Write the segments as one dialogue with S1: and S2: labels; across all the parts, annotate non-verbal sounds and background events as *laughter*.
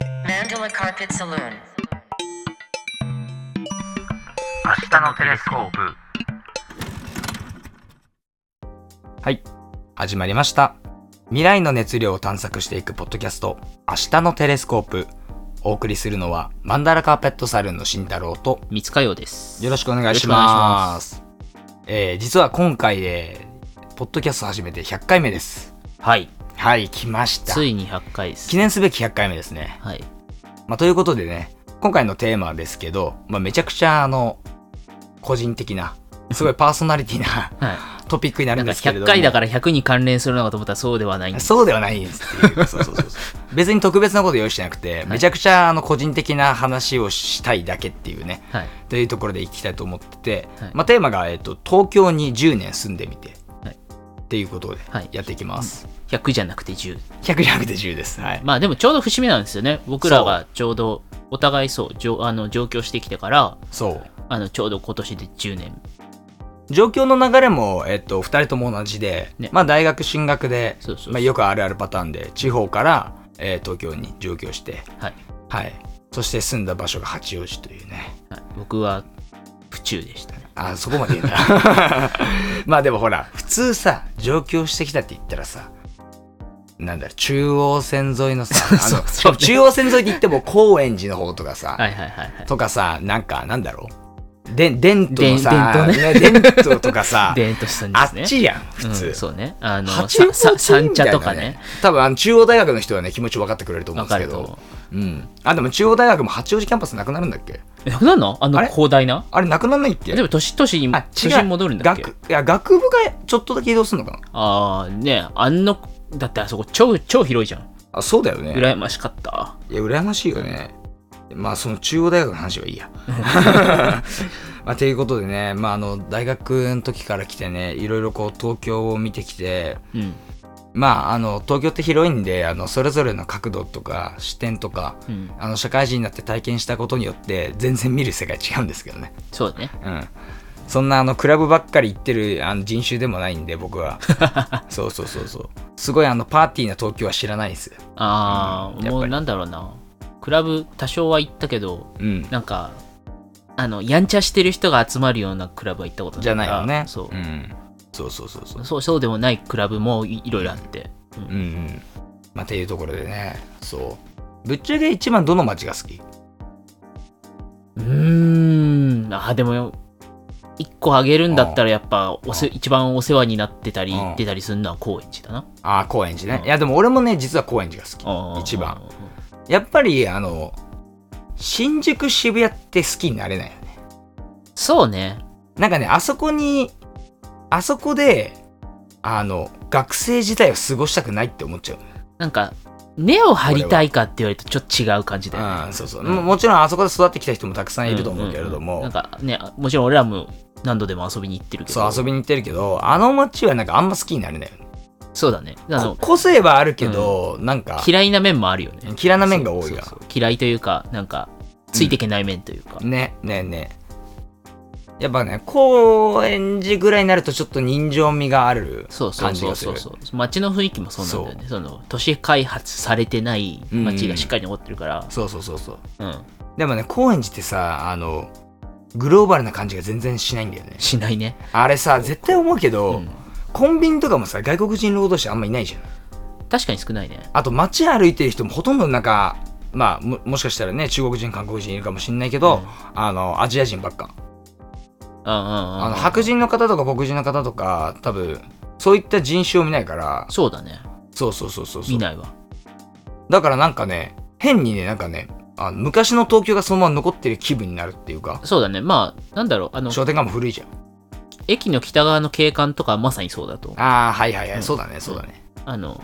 S1: Solar Carpet Saloon.
S2: 明日のテレスコープ
S3: はい。始まりました。未来の熱量を探索していくポッドキャスト、明日のテレスコープ。お送りするのは、マンダラカーペットサルンの慎太郎と、
S4: 三塚洋です。
S3: よろしくお願いします。えー、実は今回で、ポッドキャスト始めて100回目です。
S4: はい。
S3: はい、来ました。
S4: ついに100回です。
S3: 記念すべき100回目ですね。
S4: はい。
S3: まあ、ということでね、今回のテーマですけど、まあ、めちゃくちゃ、あの、個人的な、すごいパーソナリティな *laughs*
S4: は。
S3: トピックにないる
S4: なんんか
S3: ですけれども。
S4: 100回だから100に関連するのかと思ったらそうではないんです。
S3: そうではないんですっていうそ
S4: *laughs*
S3: うそうそうそう別に特別なこと用意してなくて、めちゃくちゃあの個人的な話をしたいだけっていうね
S4: はい。
S3: というところでいきたいと思ってて、
S4: はい
S3: まあ、テーマが、えっと、東京に10年住んでみて、
S4: はい
S3: っていうことで
S4: はい
S3: やっていきます、
S4: 100じゃなくて10。
S3: 100じゃなくて10ですはい、
S4: まあでもちょうど節目なんですよね。僕らがちょうどお互いそう、じょあの上京してきてから、
S3: そう
S4: あのちょうど今年で10年。
S3: 状況の流れも、えっと、2人とも同じで、
S4: ね
S3: まあ、大学進学で
S4: そうそうそう
S3: まあ、よくあるあるパターンで地方から、えー東京に上京して、
S4: はい。
S3: はい、そして住んだ場所が八王子というね
S4: はい、僕は府中でしたね。
S3: あそこまで言
S4: *laughs*
S3: うんだまあでもほら普通さ上京してきたって言ったらさなんだろう中央線沿いのさあの
S4: *laughs* そうそう
S3: しかも中央線沿いって言っても高円寺の方とかさ、
S4: はいはいはいはい。
S3: とかさなんかなんだろうで伝統のさ
S4: で
S3: ね伝統とか
S4: *laughs*
S3: さ
S4: デーンとしたんで
S3: あ
S4: すね。
S3: っちやん普
S4: うん、
S3: 通、
S4: そうね。あの、
S3: 八王
S4: さ
S3: 子
S4: さ三茶とか
S3: みたいな
S4: ね。
S3: 多分あの中央大学の人はね気持ち分かってくれると思う
S4: わ
S3: んですけ
S4: かると思
S3: どうんあでも中央大学も八王子キャンパスなくなるんだっけ
S4: う。えなくなるのあの
S3: あれ
S4: 広大な
S3: あれなくならないっけ
S4: でも都市都市に
S3: あ違う
S4: 都市に戻るんだっけ
S3: 学いや学部がちょっとだけ移動するのかな
S4: ああねあんのだってあそこ超超広いじゃん
S3: あそうだよね
S4: 羨ましかった
S3: いや、羨ましいよね。まあ、その中央大学の話はい *laughs* いや。まあ、ということでね、まあ、あの、大学の時から来てね、いろいろこう、東京を見てきて、
S4: うん
S3: まあ、あの、東京って広いんで、あの、それぞれの角度とか、視点とか、
S4: うん
S3: あの、社会人になって体験したことによって、全然見る世界違うんですけどね。
S4: そうだね
S3: うん。そんな、あの、クラブばっかり行ってるあの人種でもないんで、僕
S4: *laughs*
S3: は。そうそうそうそう。すごい、あの、パーティーな東京は知らないです。
S4: ああ、
S3: うんやっぱり
S4: もうなんだろうなクラブ多少は行ったけど
S3: うん。
S4: なんかあのやんちゃしてる人が集まるようなクラブは行ったことない
S3: じゃ
S4: から
S3: ないよね。
S4: そう,、
S3: ん。そうそうそうそう。
S4: そうそうでもないクラブもいいろいろあって、うん
S3: うんうん。まあ、っていうところでね、そう。ぶっちゃけ一番どの街が好き
S4: うーんあでも一個あげるんだったらやっぱおせ一番お世話になってたり
S3: うん
S4: 行ってたりするのは高円寺だな
S3: ああ、高円寺
S4: う
S3: ね。
S4: ん
S3: いや、でも俺もね、実は高円寺が好
S4: あー
S3: 一番き。やっぱり、あの、新宿渋谷って好きになれないよね。
S4: そうね
S3: なんかね、あそこに、あそこで、あの、学生時代を過ごしたくないって思っちゃう。
S4: なんか根を張りたいかって言われるとちょっと違う感じだよね。
S3: うん、そうそう。ももちろんあそこで育ってきた人もたくさんいると思うけれど
S4: んん
S3: も
S4: ん、なんかねもちろん俺らも何度でも遊びに行ってるけ
S3: そ
S4: ど
S3: う、遊びに行ってるけど、あの街はなんかあんま好きになれないよね。
S4: そうだねあ
S3: こ
S4: の
S3: 個性はあるけど、なんか、
S4: 嫌いな面もあるよね
S3: 嫌いな面が多い
S4: そう
S3: が
S4: そ。う嫌いというかなんかついていけない面というか、
S3: ねねねやっぱね高円寺ぐらいになるとちょっと人情味がある
S4: そうそ
S3: 感
S4: う
S3: じ
S4: そ
S3: が
S4: う
S3: す
S4: そ
S3: る
S4: うそう街の雰囲気もそうなんだよねその都市開発されてない街がしっかり残ってるから、
S3: そうそうそうそう
S4: うん
S3: でもね高円寺ってさあのグローバルな感じが全然しないんだよね
S4: しないね、
S3: あれさ絶対思うけど、
S4: うん
S3: コンビニとかもさ外国人労働者あんまいないじゃん
S4: 確かに少ないね
S3: あと街歩いてる人もほとんどなんかまあももしかしたらね中国人韓国人いるかもしんないけど、あのアジア人ばっかあ
S4: あ
S3: の白人の方とか黒人の方とか多分そういった人種を見ないから
S4: そうだね
S3: そうそうそうそうそう
S4: 見ないわ
S3: だからなんかね、変にね、なんかね、あの昔の東京がそのまま残ってる気分になるっていうか、
S4: そうだねまあなんだろうあの
S3: 商店街も古いじゃん。
S4: 駅の北側の景観とかまさにそうだと思う
S3: ああ、はいはいはい、
S4: ん
S3: そうだね、そうだね。
S4: あの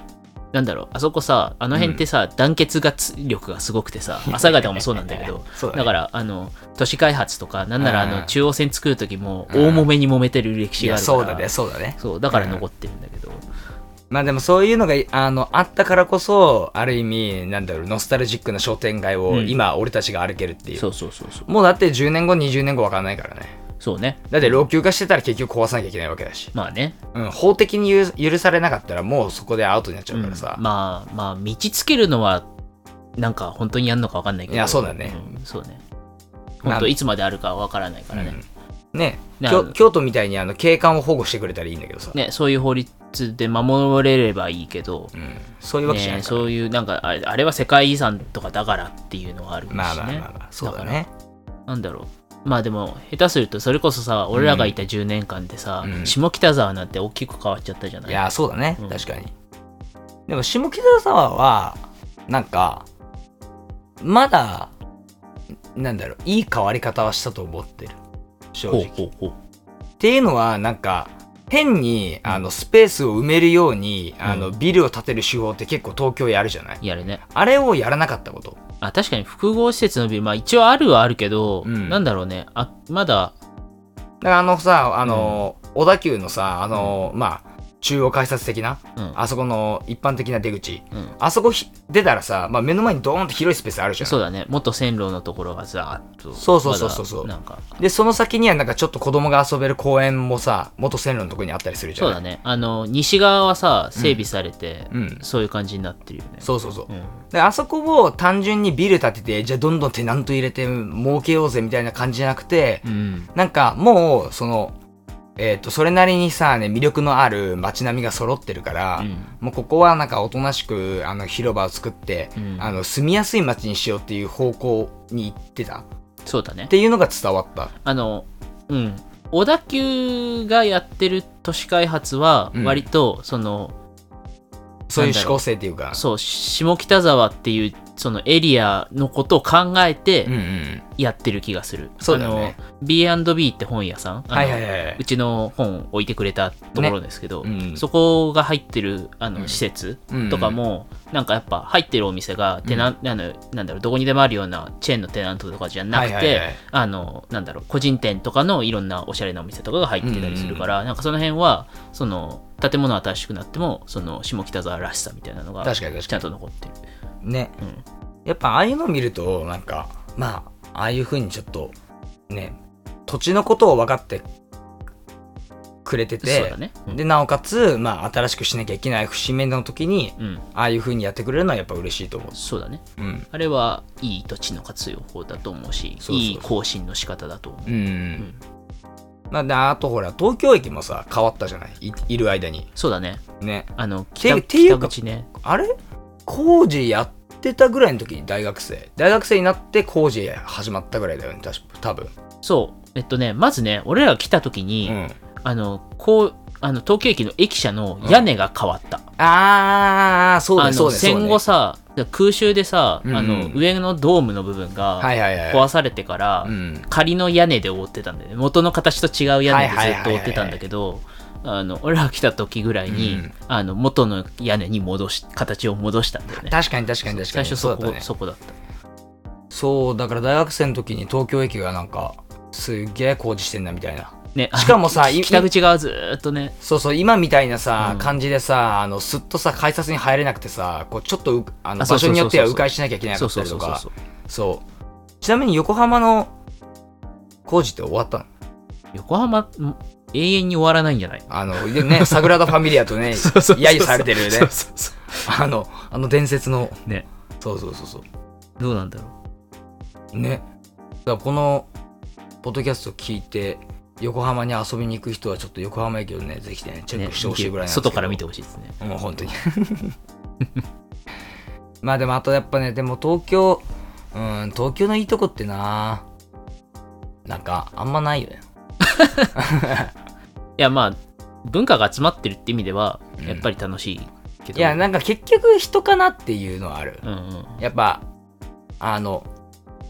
S4: なんだろうあそこさあの辺ってさ、団結がつ力がすごく
S3: *laughs*
S4: てさ朝霞とかもそうなんだけど
S3: そうだね
S4: だからあの都市開発とかなんならあ
S3: うん
S4: の中央線作る時も大揉めに揉めてる
S3: い
S4: 歴史があ
S3: や、
S4: るか
S3: そ
S4: ら
S3: うだね、そうだね。
S4: そうだから残ってるんだけど、
S3: まあでもそういうのがあのあったからこそ、ある意味、なんだろう、ノスタルジックな商店街を
S4: うん
S3: 今、俺たちが歩けるっていう。
S4: そうそうそうそう
S3: もうだって10年後、20年後わかんないからね。
S4: そうね
S3: だって老朽化してたら結局壊さなきゃいけないわけだし。
S4: まあね、
S3: うん、法的にゆ許されなかったらもうそこでアウトになっちゃうからさ。
S4: まあまあ道つけるのはなんか本当にやるのか分かんないけど
S3: いやそうだね
S4: んそうね
S3: まあ
S4: 本当いつまであるか分からないからね,、
S3: うんね
S4: ね
S3: きょ
S4: あの
S3: 京都みたいにあの景観を保護してくれたらいいんだけどさ、
S4: ねそういう法律で守れればいいけど、
S3: うん、そういうわけじゃな
S4: ね
S3: いから、
S4: そういうなんかあれあれは世界遺産とかだからっていうのはあるしね、
S3: まあまあまあまあそうだね
S4: なんだろうまあでも下手するとそれこそさ俺らがいた10年間でさ、
S3: うん
S4: 下北沢なんて大きく変わっちゃったじゃない
S3: いやそうだね、
S4: うん
S3: 確かにでも下北沢はなんかまだなんだろういい変わり方はしたと思ってる正
S4: ほ
S3: 直
S4: うほうほう
S3: っていうのはなんか変にあのスペースを埋めるように、あのビルを建てる手法って結構東京やるじゃない
S4: やるね
S3: あれをやらなかったこと
S4: あ確かに複合施設のビルまあ一応あるはあるけど、
S3: うん
S4: なんだろうねあまだ
S3: だからあのさあの、小田急のさあの、まあ中央改札的な
S4: うん
S3: あそこの一般的な出口
S4: うん
S3: あそこひ出たらさ、まあ、目の前にドーンと広いスペースあるじゃん
S4: そうだね元線路のところがザーッと
S3: そうそうそうそうそう
S4: まだなんか
S3: でその先にはなんかちょっと子供が遊べる公園もさ元線路のとこにあったりするじゃ
S4: そ
S3: ん
S4: うだねあの西側はさ整備されて、
S3: うん
S4: そういう感じになってるよね
S3: そうそうそう
S4: うん
S3: であそこを単純にビル建ててじゃあどんどんテナント入れて儲けようぜみたいな感じじゃなくて
S4: うん
S3: なんかもうそのえっ、とそれなりにさね魅力のある街並みが揃ってるから、
S4: うん
S3: もうここはなんかおとなしくあの広場を作って、
S4: うん
S3: あの住みやすい街にしようっていう方向に行ってたっ
S4: そうだね
S3: ていうのが伝わった
S4: あの、うん。小田急がやってる都市開発は
S3: うん、
S4: 割と、その、
S3: そういう
S4: なんだ
S3: 思
S4: ろ
S3: 考
S4: う
S3: 性っていうか
S4: そう、下北沢っていう、そのエリアのことを考え
S3: うん
S4: て
S3: うん
S4: やってる気がする。
S3: そうだよね
S4: あの、B&B って本屋さん。あの
S3: はいはいはいはいう
S4: ちの本置いてくれたところですけど、
S3: うん
S4: そこが入ってるあ
S3: うん
S4: の施設
S3: うん
S4: とかも、なんかやっぱ入ってるお店がテナン、あのなんだろうどこにでもあるようなチェーンのテナントとかじゃなくて、
S3: はいはいはい
S4: あのなんだろう個人店とかのいろんなおしゃれなお店とかが入ってたりするから、なんかその辺はその建物新しくなってもその下北沢らしさみたいなのが
S3: 確かに確かに
S4: ちゃんと残ってる
S3: ね、
S4: うん
S3: やっぱああいうのを見るとなんかまあああいうふうにちょっとね土地のことを分かってくれて
S4: そう
S3: て、
S4: だね、うん
S3: でなおかつ、まあ、新しくしなきゃいけない節目の時に
S4: うん
S3: ああいうふうにやってくれるのはやっぱ嬉しいと思う、
S4: そうだね
S3: うん
S4: あれはいい土地の活用法だと思うし
S3: そうそうそう
S4: いい更新の仕方だと思
S3: う
S4: う、
S3: ん
S4: うん
S3: まあであとほら東京駅もさ変わったじゃないいいる間に
S4: そうだね
S3: ね
S4: あの北
S3: ていう
S4: 北
S3: か
S4: 口ね
S3: あれ工事やってたぐらいの時に大学生大学生になって工事始まったぐらいだよね確か多分、
S4: そうえっとねまずね俺らが来た時
S3: う
S4: に、
S3: ん、
S4: あのこうあの東京駅の駅舎の屋根が変わった、
S3: ああそうだ
S4: あ
S3: ねそ
S4: の
S3: うだねそうだね
S4: 戦後さ空襲でさ、
S3: うんうん
S4: あの上のドームの部分
S3: は
S4: が
S3: いはいはい
S4: 壊されてから、
S3: うん、
S4: 仮の屋根で覆ってたんだよね元の形と違う屋根で
S3: は
S4: ず
S3: いはい
S4: っ
S3: は
S4: と
S3: いはい
S4: 覆ってたんだけどあの俺らが来た時ぐらい
S3: う
S4: に、
S3: ん
S4: あの元の屋根に戻し形を戻したんだよね
S3: 確かに確かに確か
S4: 最
S3: に
S4: 初
S3: そ
S4: そうこ
S3: だ
S4: そ,、
S3: ったね
S4: こだった
S3: そうだから大学生の時に東京駅がなんかすげえ工事してんなみたいな
S4: ね
S3: しかもさ
S4: あの
S3: い
S4: 北口側ずーっとね
S3: そうそう今みたいなさ、
S4: うん
S3: 感じでさあのすっとさ改札に入れなくてさこうちょっとうあの
S4: あそ
S3: 場
S4: うそ
S3: 所
S4: うそうそう
S3: によっては迂回しなきゃいけなか
S4: そう
S3: っ
S4: そ
S3: た
S4: う
S3: り
S4: そ
S3: と
S4: うそう
S3: かそうちなみに横浜の工事って終わったの
S4: 横浜ん永遠に終わらないんじゃない
S3: あので
S4: *laughs*
S3: ねサグラダ・ファミリアとね
S4: そうそうそうそう
S3: 揶揄されてるね
S4: そうそうそ
S3: あのあの伝説の
S4: うね
S3: そうそうそうそう
S4: どうなんだろう
S3: ねだからこのポッドキャスト聞いて横浜に遊びに行く人はちょっと横浜駅をねぜひねチェックしてほしいぐらいなんですけど、
S4: 外から見てほしいですね
S3: もう本当に *laughs* まあでもあとやっぱねでも東京うん東京のいいとこってななんかあんまないよね
S4: いやまあ文化が集まってるって意味では
S3: うん
S4: やっぱり楽しいけど、
S3: いやなんか結局人かなっていうのはある
S4: うんうん
S3: やっぱあの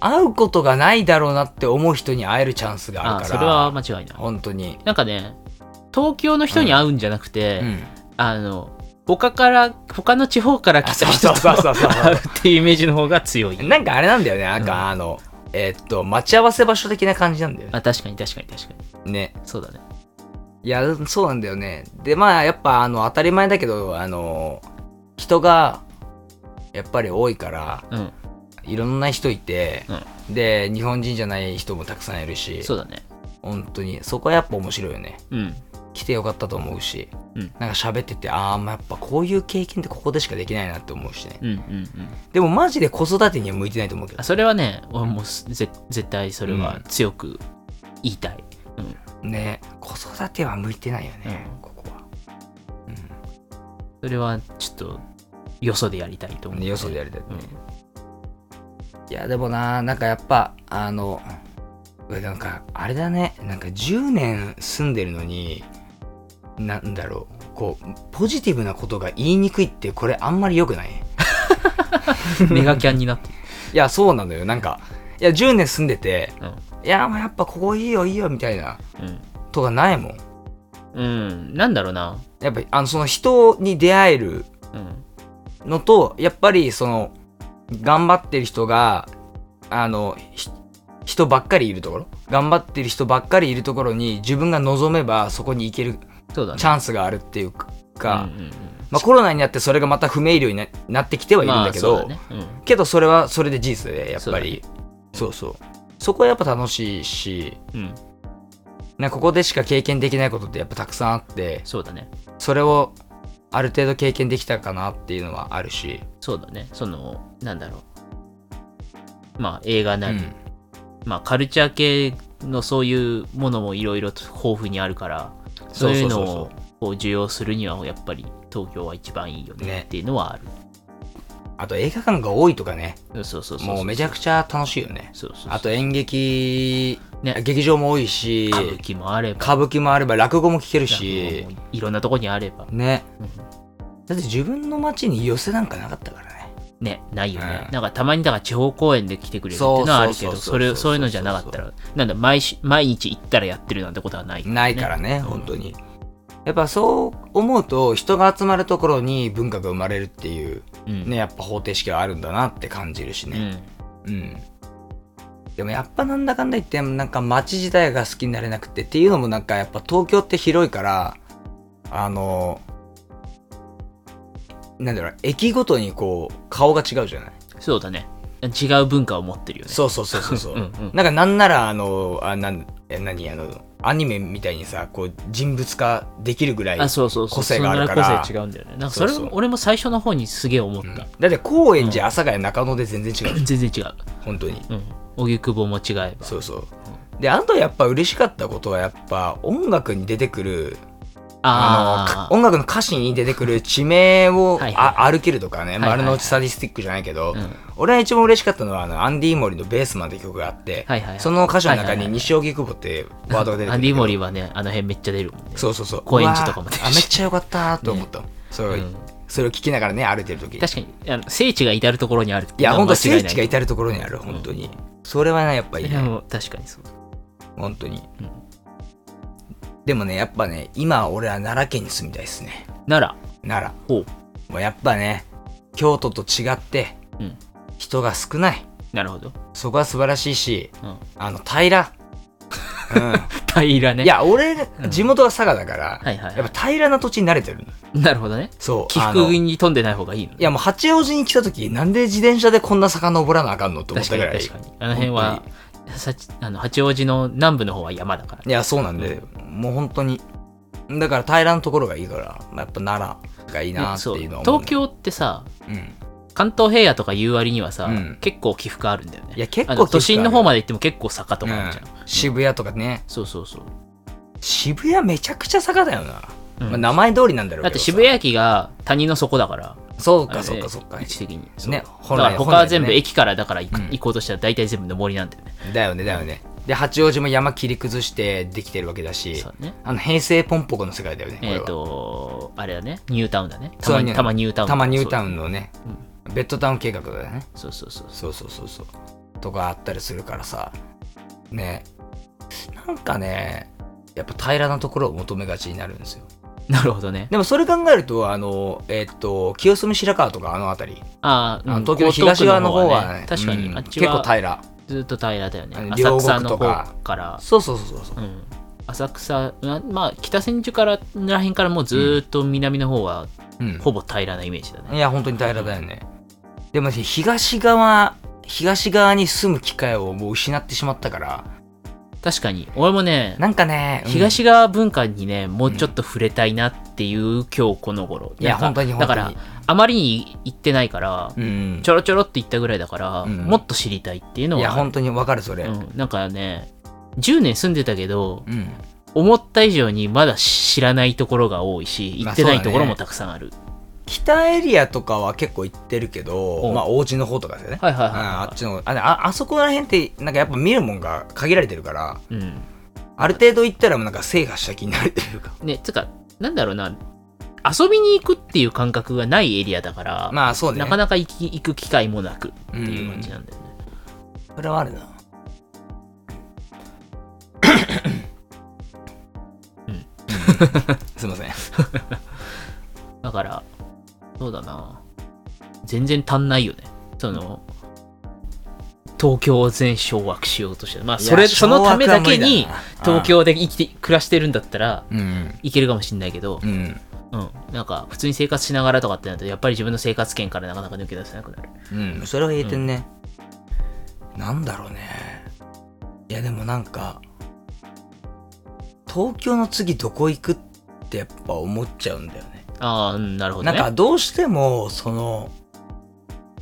S3: 会うことがないだろうなって思う人に会えるチャンスがあ
S4: あ
S3: るから
S4: それは間違いない
S3: 本当に
S4: なんかね東京の人に会うんじゃなくて、
S3: うん
S4: あの他から他の地方から来た人
S3: あ
S4: と
S3: そうそうそうそう
S4: 会うっていうイメージの方が強い
S3: なんかあれなんだよね、なん
S4: うん
S3: かあの、えーっと、待ち合わせ場所的な感じなんだよね
S4: あ確かに確かに確かに
S3: ね。
S4: そうだね
S3: いや、そうなんだよね。で、まあ、やっぱ、あの、当たり前だけど、あの、人が、やっぱり多いから、
S4: うん
S3: いろんな人いて、で、日本人じゃない人もたくさんいるし、
S4: そうだね
S3: 本当に、そこはやっぱ面白いよね。
S4: うん
S3: 来てよかったと思うし、
S4: うん
S3: なんか喋っててああまあやっぱこういう経験ってここでしかできないなって思うしね
S4: うんうんうん
S3: でもマジで子育てには向いてないと思うけど
S4: あそれはね俺もうすぜ絶対それは強く言いたい、
S3: ね子育ては向いてないよね、
S4: うん
S3: ここは、
S4: それはちょっとよそでやりたいと
S3: う
S4: 思
S3: ん、
S4: う
S3: ねよそでやりたい、
S4: うん
S3: いやでもななんかやっぱあのうわなんかあれだねなんか10年住んでるのになんだろうこうポジティブなことが言いにくいってこれあんまり良くない
S4: メガキャンになってる
S3: いやそうなのよなんかいや10年住んでて
S4: うん
S3: いやもうやっぱここいいよいいよみたいな
S4: うん
S3: とかないもん
S4: うん、なんだろうな。
S3: やっぱりあのその人に出会える
S4: うん。
S3: のとやっぱりその頑張ってる人があのひ人ばっかりいるところ頑張ってる人ばっかりいるところに自分が望めばそこに行ける
S4: そうだね。
S3: チャンスがあるっていうか、
S4: うんうんうん
S3: まあ、コロナになってそれがまた不明瞭にななってきてはいるんだけど、
S4: まあそうだねうん
S3: けどそれはそれで事実でやっぱり
S4: そ
S3: そううそうそこはやっぱ楽しいし
S4: うん、
S3: なんかここでしか経験できないことってやっぱたくさんあって
S4: そうだね。
S3: それをある程度経験できたかなっていうのはあるし、
S4: そうだね。その、なんだろう。まあ、映画
S3: う
S4: なり、
S3: ん、
S4: まあ、カルチャー系のそういうものもいろいろと豊富にあるから、
S3: そ
S4: そうう
S3: そ
S4: いうう
S3: そ
S4: の
S3: うそう
S4: をこう受容するには、やっぱり東京は一番いいよ
S3: ね
S4: ねっていうのはある。
S3: あと映画館が多いとかね
S4: そうそうそうそう。
S3: もうめちゃくちゃ楽しいよね
S4: そうそうそう
S3: あと演劇、
S4: ね
S3: 劇場も多いし
S4: 歌舞伎もあれば、
S3: 歌舞伎もあれば落語も聞けるし
S4: 落語もいろんなとこにあれば、
S3: ね
S4: うん
S3: だって自分の街に寄せなんかなかったからね
S4: ね、ないよね、
S3: うん
S4: なんかたまにだから地方公演で来てくれるっていうのはあるけ
S3: そうそうそう
S4: ど
S3: そう
S4: それそういうのじゃなかったらなんだ毎し毎日行ったらやってるなんてことはない、
S3: ないからね
S4: うん
S3: 本当にやっぱそう思うと人が集まるところに文化が生まれるっていう
S4: うん
S3: ねやっぱ方程式はあるんだなって感じるし
S4: う
S3: ね
S4: ん、
S3: うん、でもやっぱなんだかんだ言ってなんか街自体が好きになれなくてっていうのもなんかやっぱ東京って広いからあのなんだろう駅ごとにこう顔が違うじゃない
S4: そうだね違う文化を持ってるよね
S3: そうそうそうそうそう
S4: うんうん
S3: なんかなんならあのあなんえ何あのアニメみたいにさこう人物化できるぐらい
S4: あそうそうそう
S3: 個性があるから
S4: そんな個性違うんだよねなんかそれも
S3: そうそう
S4: 俺も最初の方にすげえ思っ
S3: うんだ
S4: た、
S3: って高円寺阿佐ヶ谷中野で全然違う
S4: 全然違う
S3: 本当に
S4: うん荻窪も違えば
S3: そうそうであとやっぱ嬉しかったことはやっぱ音楽に出てくるあのか
S4: ああ
S3: 音楽の歌詞に出てくる地名を
S4: はいはい
S3: あ歩けるとかね
S4: はいはい
S3: 丸の内サディスティックじゃないけど
S4: うん
S3: 俺は一番嬉しかったのはあのアンディ・モリの「ベースマン」って曲があって
S4: はいはいはい
S3: その歌詞の中
S4: はいはい
S3: に
S4: はい
S3: 西荻窪ってワードが出てくるんだけど
S4: アンディ・モリはねあの辺めっちゃ出るもんね
S3: そうそうそう
S4: 高円寺とかも
S3: う
S4: 出
S3: わ
S4: る
S3: ーあ
S4: し
S3: めっちゃ良かったと思った、それを
S4: うん
S3: それを聞きながらね歩いてる時
S4: 確かにあの聖地が至るところにあるって
S3: い
S4: いう
S3: や
S4: のは
S3: 本当
S4: 間違い
S3: 聖
S4: ない
S3: 地が至る所にある本当に、それはねやっぱいい
S4: いや
S3: ね
S4: もう確かにそう
S3: 本当に、
S4: うん
S3: でもねやっぱね今俺は奈良県に住みたいですね
S4: 奈
S3: 奈
S4: 良ほう
S3: 良もうやっぱね京都と違って
S4: うん
S3: 人が少ない
S4: なるほど、
S3: そこは素晴らしいし
S4: うん、
S3: あの平ら、
S4: *laughs* 平ら
S3: う
S4: ね
S3: ん、いや俺
S4: うん
S3: 地元が佐賀だから、
S4: はいはいはい
S3: やっぱ平らな土地に慣れてるの
S4: なるほどね
S3: そう
S4: 起
S3: あの
S4: 伏に飛んでない方がいいの
S3: いやもう八王子に来た時なんで自転車でこんな坂登らなあかんのと思っ
S4: 確
S3: た
S4: か
S3: ぐ
S4: に
S3: らい
S4: 確かにあの辺はさあの八王子の南部の方は山だから
S3: いやそうなんで、もう本当にだから平らなところがいいから、まあ、やっぱ奈良がいいなって
S4: そう
S3: いうのは思う
S4: 東京ってさ
S3: うん、
S4: 関東平野とかいう割にはさ、
S3: うん
S4: 結構起伏あるんだよね
S3: いや結構
S4: あ
S3: 起伏あ
S4: の
S3: る
S4: 都心の方まで行っても結構坂とかあるじゃん、
S3: うん渋谷とかね
S4: そうそうそう、
S3: 渋谷めちゃくちゃ坂だよな、
S4: うん
S3: まあ、名前通りなんだろうけど
S4: だって渋谷駅が谷の底だから
S3: そう
S4: あれ
S3: か
S4: ね
S3: そうかそうか
S4: 位置的に
S3: ね
S4: そう
S3: 本
S4: だか
S3: 来
S4: ら他は全
S3: 本
S4: 部
S3: 来ね
S4: 駅からだから行,、
S3: うん
S4: 行こうとしたら大体全部上りなんだよね
S3: だよねだよねで八王子も山切り崩してできてるわけだし
S4: そうね
S3: あの平成ポンポコの世界だよねこれ
S4: えっ、
S3: は
S4: とあれだねニュータウンだねた
S3: そう
S4: ま
S3: ね
S4: たまニュータウン
S3: 多摩ニュータウンのね、ベッドタウン計画だよね
S4: そうそうそうそう
S3: そうそうそうそうとかあったりするからさねなんかねやっぱ平らなところを求めがちになるんですよ
S4: なるほどね。
S3: でもそれ考えるとあのえっと清澄白河とかあの辺り、
S4: あ
S3: あ
S4: あ、
S3: の
S4: うん
S3: 東京の東側の方
S4: 江
S3: は
S4: 東
S3: ね
S4: 区の方はね確かに、
S3: うん
S4: あっち
S3: 結構
S4: は
S3: 平ら
S4: ずっと平らだよね
S3: あ。の
S4: 浅草
S3: 両
S4: の
S3: 国と
S4: 方
S3: か
S4: から、、
S3: そうそうそうそうそううん
S4: 浅草、なまあ北千住かららへんからもうずーっと南の方は
S3: うん、
S4: ほぼ平らなイメージだね。
S3: いや本当に平らだよねでも東側東側に住む機会をもう失ってしまったから
S4: 確かに俺もね
S3: なんかね、うん
S4: 東側文化にねもうちょっと触れたいなっていう今日この頃
S3: いや
S4: なんか
S3: 本当に本当
S4: だ
S3: に
S4: からあまりに行ってないから、
S3: うんうん
S4: ちょろちょろって行ったぐらいだから、
S3: うん
S4: もっと知りたいっていうの
S3: い
S4: は
S3: や本当にわかるそれ、
S4: うん、なんかね10年住んでたけど
S3: うん
S4: 思った以上にまだ知らないところが多いし行
S3: まあ
S4: ってない
S3: そうだね
S4: ところもたくさんある、
S3: 北エリアとかは結構行ってるけど
S4: お
S3: まあお家の方とかですよね
S4: はいはいはいはい
S3: ああっちのあああそこら辺ってなんかやっぱ見るもんが限られてるから
S4: うん
S3: ある程度行ったらもうなんか制覇した気になるっていうか
S4: ねつうかなんだろうな遊びに行くっていう感覚がないエリアだから、
S3: まあそうね
S4: なか
S3: な
S4: なか行き行く機会もなくっていう感じなんだよね、
S3: かそれはあるな
S4: うん
S3: うんすいません
S4: だからそうだな全然足んないよねその東京を全掌握しようとしてるまあそ
S3: い
S4: れ
S3: や
S4: そのためだけ
S3: 掌握は無理
S4: に
S3: だな
S4: 東京で生きて暮らしてるんだったら
S3: うん
S4: いけるかもしんないけど、
S3: うん
S4: うん、なんか普通に生活しながらとかってなるとやっぱり自分の生活圏からなかなか抜け出せなくなる
S3: うん、それは言えてんね、なんだろうねいやでもなんか東京の次どこ行くってやっぱ思っちゃうんだよね
S4: ああうんなるほど
S3: なん
S4: ね
S3: かどうしてもその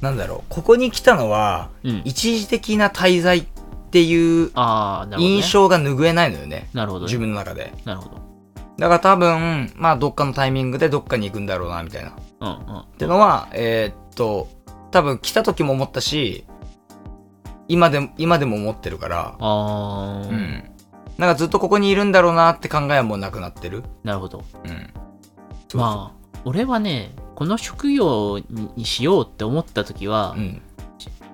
S3: なんだろうここに来たのは
S4: うん、
S3: 一時的な滞在っていう
S4: ああなるほど、ね、
S3: 印象が拭えないのよね
S4: なるほど、
S3: 自
S4: ね、
S3: 分の中で
S4: なるほど
S3: だから多分まあどっかのタイミングでどっかに行くんだろうなみたいな
S4: うんうん
S3: ってのは、えーっと、多分来た時も思ったし、今でも、今でも思ってるから、
S4: ああ、
S3: うん。なんかずっとここにいるんだろうなって考えはもうなくなってる。
S4: なるほど
S3: うん。
S4: まあ俺はねこの職業ににしようって思った時は、
S3: うん。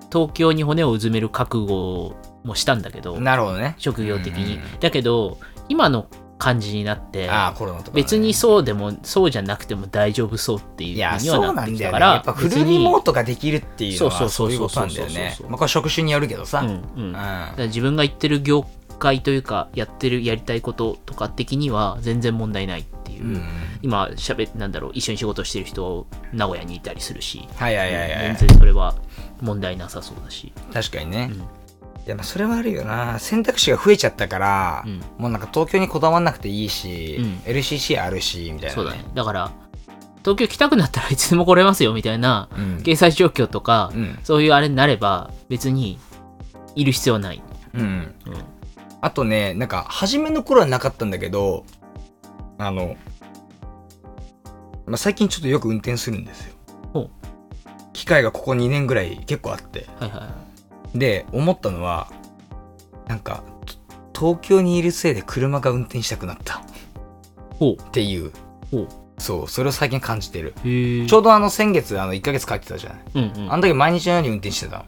S4: 東京に骨をうずめる覚悟もしたんだけど
S3: なるほどね。
S4: 職業的に、
S3: うんうん
S4: だけど今の感じになって
S3: ああ、コロナとか、ね。
S4: 別にそうでもそうじゃなくても大丈夫そうってい
S3: い
S4: うふうに
S3: や、そ
S4: は
S3: う
S4: な
S3: な
S4: って
S3: ん
S4: き
S3: だ
S4: た
S3: よね。
S4: から
S3: やっぱフルリモートができるっていうの
S4: そう
S3: は
S4: そ
S3: そう
S4: そう
S3: う
S4: そう
S3: いうことなんだよね
S4: そうそうそうそ。う
S3: まあこれ職種によるけどさ。うん。
S4: 別にうんうんだか
S3: あ
S4: ら自分が言ってる業界というかやってるやりたいこととか的には全然問題ないっていう、
S3: うん、
S4: 今しゃべなんだろう一緒に仕事してる人名古屋にいたりするし
S3: はいはいはいはい。
S4: 全然それは問題なさそうだし、
S3: 確かにね。
S4: うん
S3: いやまあそれはあるよな選択肢が増えちゃったから、
S4: うん
S3: もうなんか東京にこだわんなくていいし、
S4: うん
S3: LCC あるしみたいな、
S4: そうだねだから東京来たくなったらい *laughs* つでも来れますよみたいな
S3: うん
S4: 経済状況とか、
S3: うん
S4: そういうあれになれば別にいる必要ない、
S3: うん、
S4: うん
S3: あとねなんか初めの頃はなかったんだけどあの、まあ、最近ちょっとよく運転するんですよ
S4: ほう
S3: 機会がここ2年ぐらい結構あって
S4: はいはいはい
S3: で思ったのはなんかと東京にいるせいで車が運転したくなった
S4: ほ
S3: っていう
S4: ほう
S3: そうそれを最近感じてる
S4: うへえ
S3: ちょうどあの先月あの1ヶ月帰ってたじゃない
S4: うんうん
S3: あの時毎日のように運転してた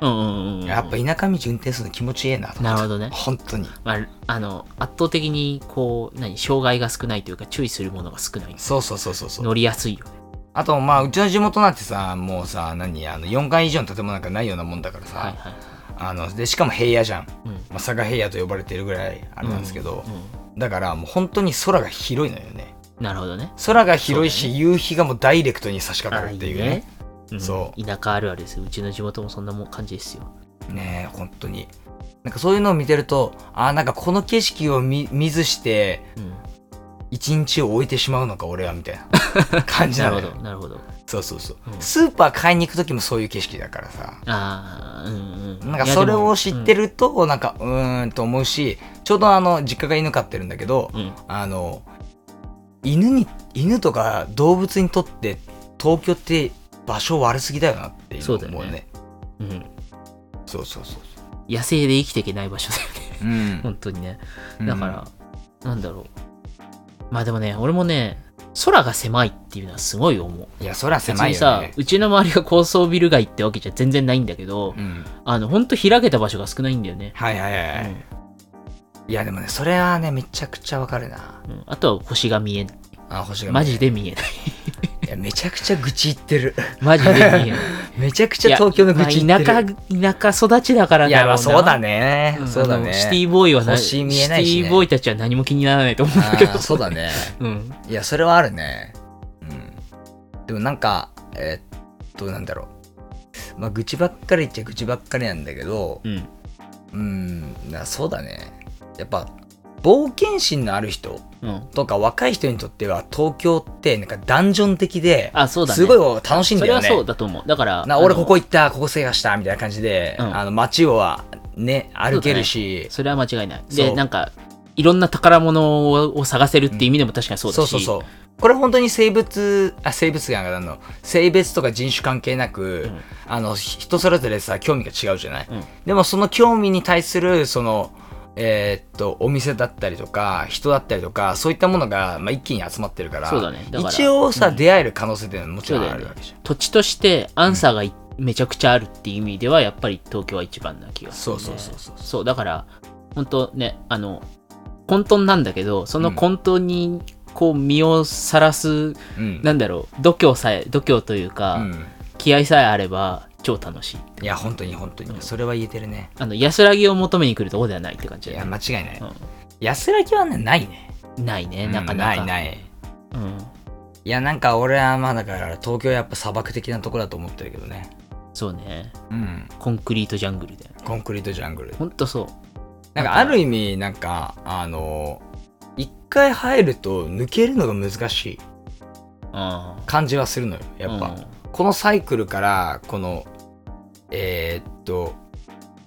S3: の、
S4: うんうんうん
S3: やっぱ田舎道運転するの気持ちいいなと思って
S4: なるほどね
S3: 本当に
S4: まあ、あの圧倒的にこう何障害が少ないというか注意するものが少ない
S3: そうそうそうそうそう
S4: 乗りやすいよね
S3: あとまあうちの地元なんてさもうさ何あの4階以上の建物なんかないようなもんだからさ、
S4: はいはい
S3: あのでしかも平野じゃん、
S4: うん
S3: まあ、佐賀平野と呼ばれてるぐらいあれなんですけど、
S4: うん
S3: だからもう本当に空が広いのよね
S4: うんなるほどね
S3: 空が広いし、
S4: そう
S3: 夕日がもうダイレクトに差し掛かるっていうね
S4: うん
S3: そう
S4: 田舎あるあるですようちの地元もそんなもん感じですよ
S3: ねえ本当になんかそういうのを見てるとあーなんかこの景色を見見ずして
S4: うん
S3: 一日を置いてしまうのか俺はみたい
S4: *laughs*
S3: な感じ
S4: な
S3: な
S4: る
S3: の
S4: ほ
S3: よ
S4: どなるほど
S3: そうそうそう、
S4: うん
S3: スーパー買いに行く時もそういう景色だからさ
S4: ああうんうん
S3: なんかそれを知って
S4: る
S3: るとなんかうーんと思うしちょうどあの実家が犬飼ってるんだけど
S4: うん、うん
S3: あの犬に犬とか動物にとって東京って場所悪すぎだよなっていうのを思う
S4: そうだよ
S3: ね
S4: うん
S3: そうそうそう
S4: 野生で生きていけない場所だよね *laughs*
S3: そううん
S4: 本当にねだから、なんだろうまあでもね俺もね空が狭いっていうのはすごい思う
S3: いやそりゃ
S4: 別
S3: 狭い
S4: に
S3: よ
S4: さ、
S3: ね
S4: うちの周りが高層ビル街ってわけじゃ全然ないんだけど、
S3: うん
S4: あの、ほんと開けた場所が少ないんだよね。
S3: はいはいはいはい、いやでもねそれはねめちゃくちゃわかるな
S4: うんうんあとは星が見えない。
S3: あ星が見えな
S4: マ
S3: い
S4: ジで見えない。
S3: いやめちゃくちゃ愚痴言
S4: *laughs*
S3: ってる
S4: マジで見
S3: *laughs*
S4: えない。
S3: めちゃくちゃ東京の愚痴
S4: い
S3: 言
S4: や
S3: ってる、
S4: まあ田舎、田舎育ちだから
S3: いや
S4: だ
S3: ま
S4: ろうな。
S3: あそうだね、
S4: ん
S3: そうだ
S4: あ
S3: ね
S4: のシティボーイはな
S3: 星見えないしね
S4: シティボーイたちは何も気にならないと思うんだけ
S3: あー
S4: ど。
S3: そうだね
S4: うん。
S3: いやそれはあるねうんでもなんかえーっとなんだろうまあ愚痴ばっかりっちゃ愚痴ばっかりなんだけど
S4: うん。
S3: うんなそうだねやっぱ冒険心のある人
S4: うん。
S3: とか若い人にとっては東京ってなんかダンジョン的で
S4: あ、そうだね。
S3: すごい楽しいんだ
S4: それ
S3: よ
S4: は
S3: ね。
S4: そうだと思う。だから、
S3: な
S4: あの
S3: 俺ここ行ったここ制覇したみたいな感じで、
S4: うん
S3: あの街をはね歩けるし
S4: それは間違いない。
S3: そ
S4: で、
S3: う
S4: なんか、いろんな宝物を探せるって意味でも確かにそうだし、
S3: そうそうそうこれ本当に生物あ生物がなんの性別とか人種関係なく、
S4: うん
S3: あのひ人それぞれさ興味が違うじゃない、
S4: うん
S3: でもその興味に対するそのえーっとお店だったりとか人だったりとかそういったものが、まあ、一気に集まってるから
S4: そうだねだから
S3: 一応さ、
S4: うん
S3: 出会える可能性っていうのはもちろんあ
S4: そうだ
S3: る
S4: よね
S3: わけじゃん
S4: 土地としてアンサーがいめちゃくちゃあるっていう意味では、やっぱり東京は一番な気がす
S3: そ
S4: る、
S3: う
S4: ね。
S3: そうそうそう
S4: そうだから本当ねあの混沌なんだけどその混沌にこう身をさらす、
S3: うん
S4: なんだろう度胸さえ度胸というか、
S3: うん
S4: 気合さえあれば超楽しい
S3: いや本当に本当に、それは言えてるね
S4: あの安らぎを求めに来るとこではないって感じ
S3: い
S4: だ
S3: や
S4: よね
S3: 間違いない、安らぎはねないね
S4: うんないね
S3: うん
S4: なか
S3: な
S4: なか、
S3: いない
S4: うん、
S3: いやなんか俺はまあだから東京はやっぱ砂漠的なとこだと思ってるけどね
S4: そうね
S3: うん
S4: コンクリートジャングルだよね
S3: コンクリートジャングル
S4: ほんとそう
S3: なんかある意味なんかあの一回入ると抜けるのが難しい
S4: あ
S3: 感じはするのよやっぱ、このサイクルからこのえーっと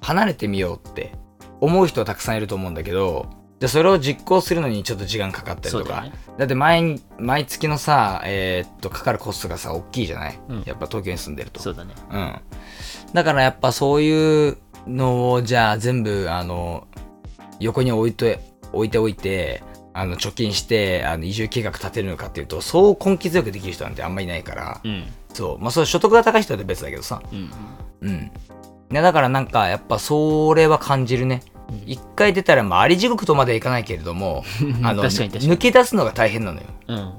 S3: 離れてみようって思う人はたくさんいると思うんだけどじゃあそれを実行するのにちょっと時間かかったり
S4: そ
S3: と
S4: うだ
S3: か
S4: よね
S3: だって毎毎月のさ、えーっとかかるコストがさ大きいじゃない、
S4: うん
S3: やっぱ東京に住んでると
S4: そうだね
S3: うん、だからやっぱそういうのをじゃあ全部あの横に置いて置いておいてあの貯金してあの移住計画立てるのかっていうとそう根気強くできる人なんてあんまりいないから
S4: うん
S3: そうまあそれ所得が高い人だって別だけどさ
S4: うん
S3: うんねだからなんかやっぱそれは感じるね
S4: うん
S3: 一回出たらまああり地獄とまではいかないけれどもあの
S4: 確かに確かに
S3: 抜け出すのが大変なのよ
S4: うん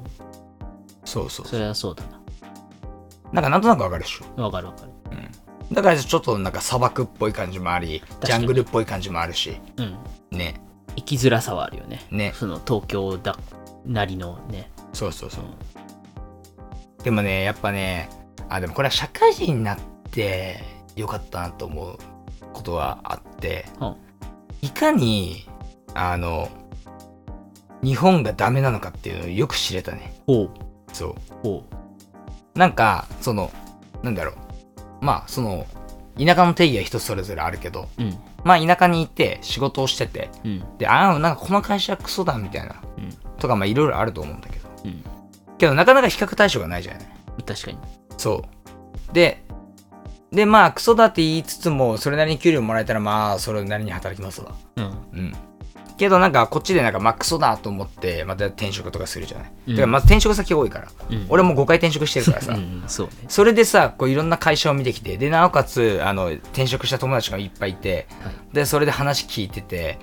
S3: そうそう
S4: それはそうだ
S3: なんかなんとなくわかるでしょ
S4: なわかるわかる
S3: だからちょっとなんか砂漠っぽい感じもあり
S4: かに
S3: ジャングルっぽい感じもあるし
S4: うん
S3: ね
S4: 生きづらさはあるよね
S3: ね
S4: その東京だなりのね、
S3: そうそうそうでもねやっぱねあでもこれは社会人になってよかったなと思うことはあって、
S4: うん
S3: いかにあの日本がダメなのかっていうのをよく知れたね
S4: ほう
S3: そ
S4: ほ
S3: うなんかそのなんだろうまあその田舎の定義は人それぞれあるけど
S4: ううん
S3: まあ田舎にいて仕事をしてて
S4: うん
S3: でああなんかこの会社クソだみたいな
S4: うん
S3: とかまあいろいろあると思うんだけど
S4: うん
S3: けどなかなか比較対象がないじゃない
S4: 確かに
S3: そう。で、で、まあ、クソだって言いつつも、それなりに給料もらえたら、まあ、それなりに働きますわ。
S4: うん
S3: うん。けど、なんか、こっちで、なんか、まあ、クソだと思って、また転職とかするじゃない。
S4: うん
S3: てか、まず転職先多いから。
S4: うん
S3: 俺も5回転職してるから
S4: う
S3: さ。
S4: んうんそうね
S3: それでさ、こういろんな会社を見てきて、で、なおかつ、あの、転職した友達がいっぱいいて、
S4: はい
S3: で、それで話聞いてて、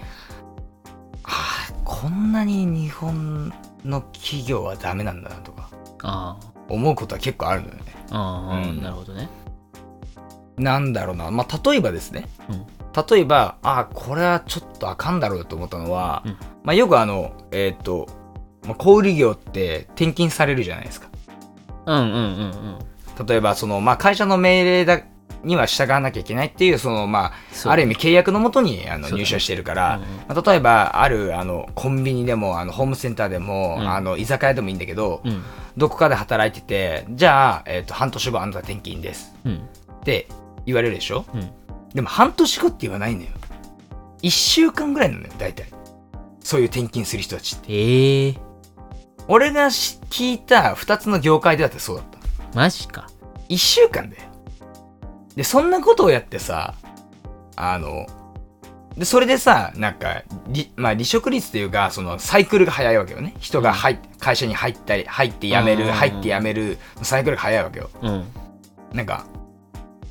S3: ああ、こんなに日本の企業はダメなんだなとか、
S4: あ
S3: 思うことは結構あるのよね。
S4: あああ、
S3: うん
S4: なるほどね
S3: なんだろうな、まあ、例えばですね、
S4: うん
S3: 例えばあこれはちょっとあかんだろうと思ったのは、
S4: うん
S3: まあ、よくあのえっ、と、まあ、小売業って転勤されるじゃないですか
S4: うんうんうんうん
S3: 例えばその、まあ、会社の命令だには従わなきゃいけないっていうその、まあ、
S4: そう
S3: ある意味契約のもとにあの
S4: そうだね
S3: 入社してるから、
S4: うんうん
S3: まあ、例えばあるあのコンビニでもあのホームセンターでも、
S4: うん
S3: あの居酒屋でもいいんだけど、
S4: うん
S3: どこかで働いててじゃあ、えっと半年後あなた転勤です
S4: うん
S3: って言われるでしょ、
S4: うん
S3: でも半年後って言わないのよ。1週間ぐらいなのよ、大体。そういう転勤する人たちって。
S4: ええー、
S3: 俺がし聞いた2つの業界でだってそうだった。
S4: マジか
S3: 1週間だよ。で、そんなことをやってさ、あの、で、それでさ、なんか、りまあ、離職率というか、その、サイクルが早いわけよね。人が入っ会社に入ったり、入って辞め
S4: うん
S3: る、入って辞める、サイクルが早いわけよ。
S4: うん
S3: なんか、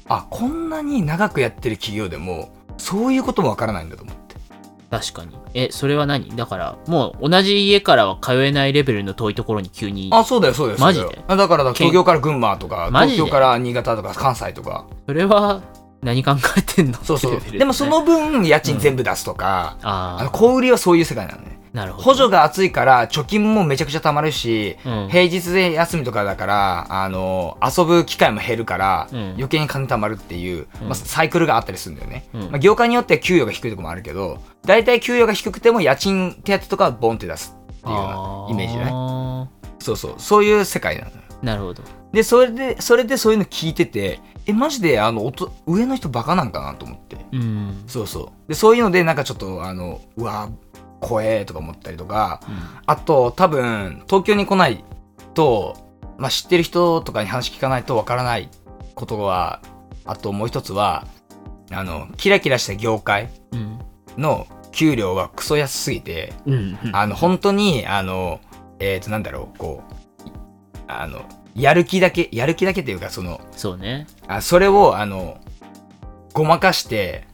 S3: あ、こんなに長くやってる企業でも、そういうこともわからないんだと思って。
S4: 確かにえそれは何だからもう同じ家からは通えないレベルの遠いところに急に
S3: あ、そうだよ、そうだよ。
S4: マジで
S3: そうだよあだから、東京から群馬とか、
S4: マジで
S3: 東京から新潟とか、関西とか。
S4: それは何考えてんの
S3: そうそ
S4: っ
S3: う
S4: ていレベ。ル
S3: でも、その分、家賃全部出すとか、
S4: あ
S3: あの
S4: あ
S3: 小売りはそういう世界なのね。
S4: なるほど。
S3: 補助が厚いから貯金もめちゃくちゃ貯まるし、
S4: うん
S3: 平日で休みとかだからあの遊ぶ機会も減るから、
S4: うん
S3: 余計に金貯まるっていう、
S4: うん
S3: まあ、サイクルがあったりするんだよね、
S4: うん
S3: まあ、業界によっては給与が低いとこもあるけど大体給与が低くても家賃手当とかはボンって出すっていうようなイメージだね
S4: ね。
S3: そうそうそういう世界なのよ
S4: なるほど。
S3: でそれでそれでそういうの聞いててえマジであのおと上の人バカなんかなと思って
S4: うん。
S3: そうそうでそういうのでなんかちょっとあのうわ怖えとか思ったりとか
S4: うん
S3: あと多分東京に来ないと、まあ、知ってる人とかに話聞かないとわからないことはあともう一つはあのキラキラした業界
S4: うん。
S3: の給料はクソ安すぎて
S4: うん。うん
S3: あの本当にあのえっ、となんだろうこうあのやる気だけやる気だけというかその
S4: そうね。
S3: あそれをあのごまかして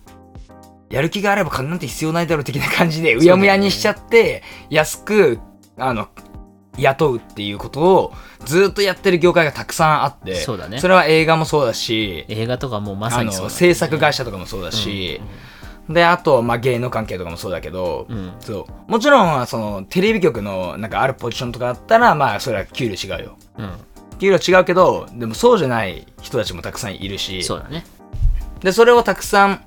S3: やる気があれば金なんて必要ないだろう的な感じでうやむやにしちゃって、安くあの雇うっていうことをずっとやってる業界がたくさんあって
S4: そうだね
S3: れは映画もそうだし、
S4: 映画とかもうま
S3: あ
S4: さに
S3: の
S4: そうだね、
S3: 制作会社とかもそうだし、であと、まあ、芸能関係とかもそうだけど、
S4: うん。うん。
S3: そうもちろんまあそのテレビ局のなんかあるポジションとかだったらまあそれは給料違うよ
S4: うん。
S3: 給料違うけどでもそうじゃない人たちもたくさんいるし
S4: そうだね。
S3: で、それをたくさん、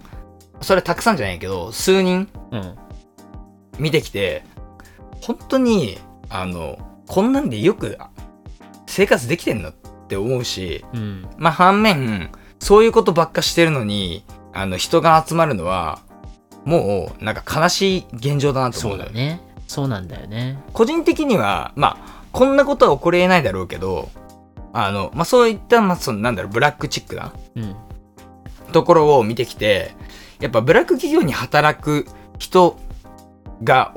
S3: それたくさんじゃないけど、数人
S4: うん。
S3: 見てきて、本当に、あの、こんなんでよくあ生活できてんのって思うし、
S4: うん。
S3: まあ反面、そういうことばっかしてるのに、あの、人が集まるのは、もう、なんか悲しい現状だなと
S4: そ
S3: 思う
S4: う
S3: の
S4: だ
S3: よ。
S4: ね。そうなんだよね。
S3: 個人的には、まあ、こんなことは起こり得ないだろうけど、あの、まあそういった、まあその、なんだろう、ブラックチックな
S4: うん。
S3: ところを見てきてやっぱブラック企業に働く人が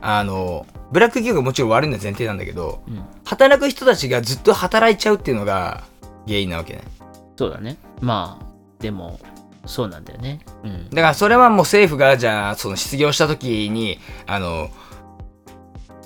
S3: あのブラック企業がもちろん悪いのは前提なんだけど
S4: うん。
S3: 働く人たちがずっと働いちゃうっていうのが原因なわけね
S4: そうだね。まあ、でも、そうなんだよね。うん。
S3: だからそれはもう政府がじゃあその失業した時にあの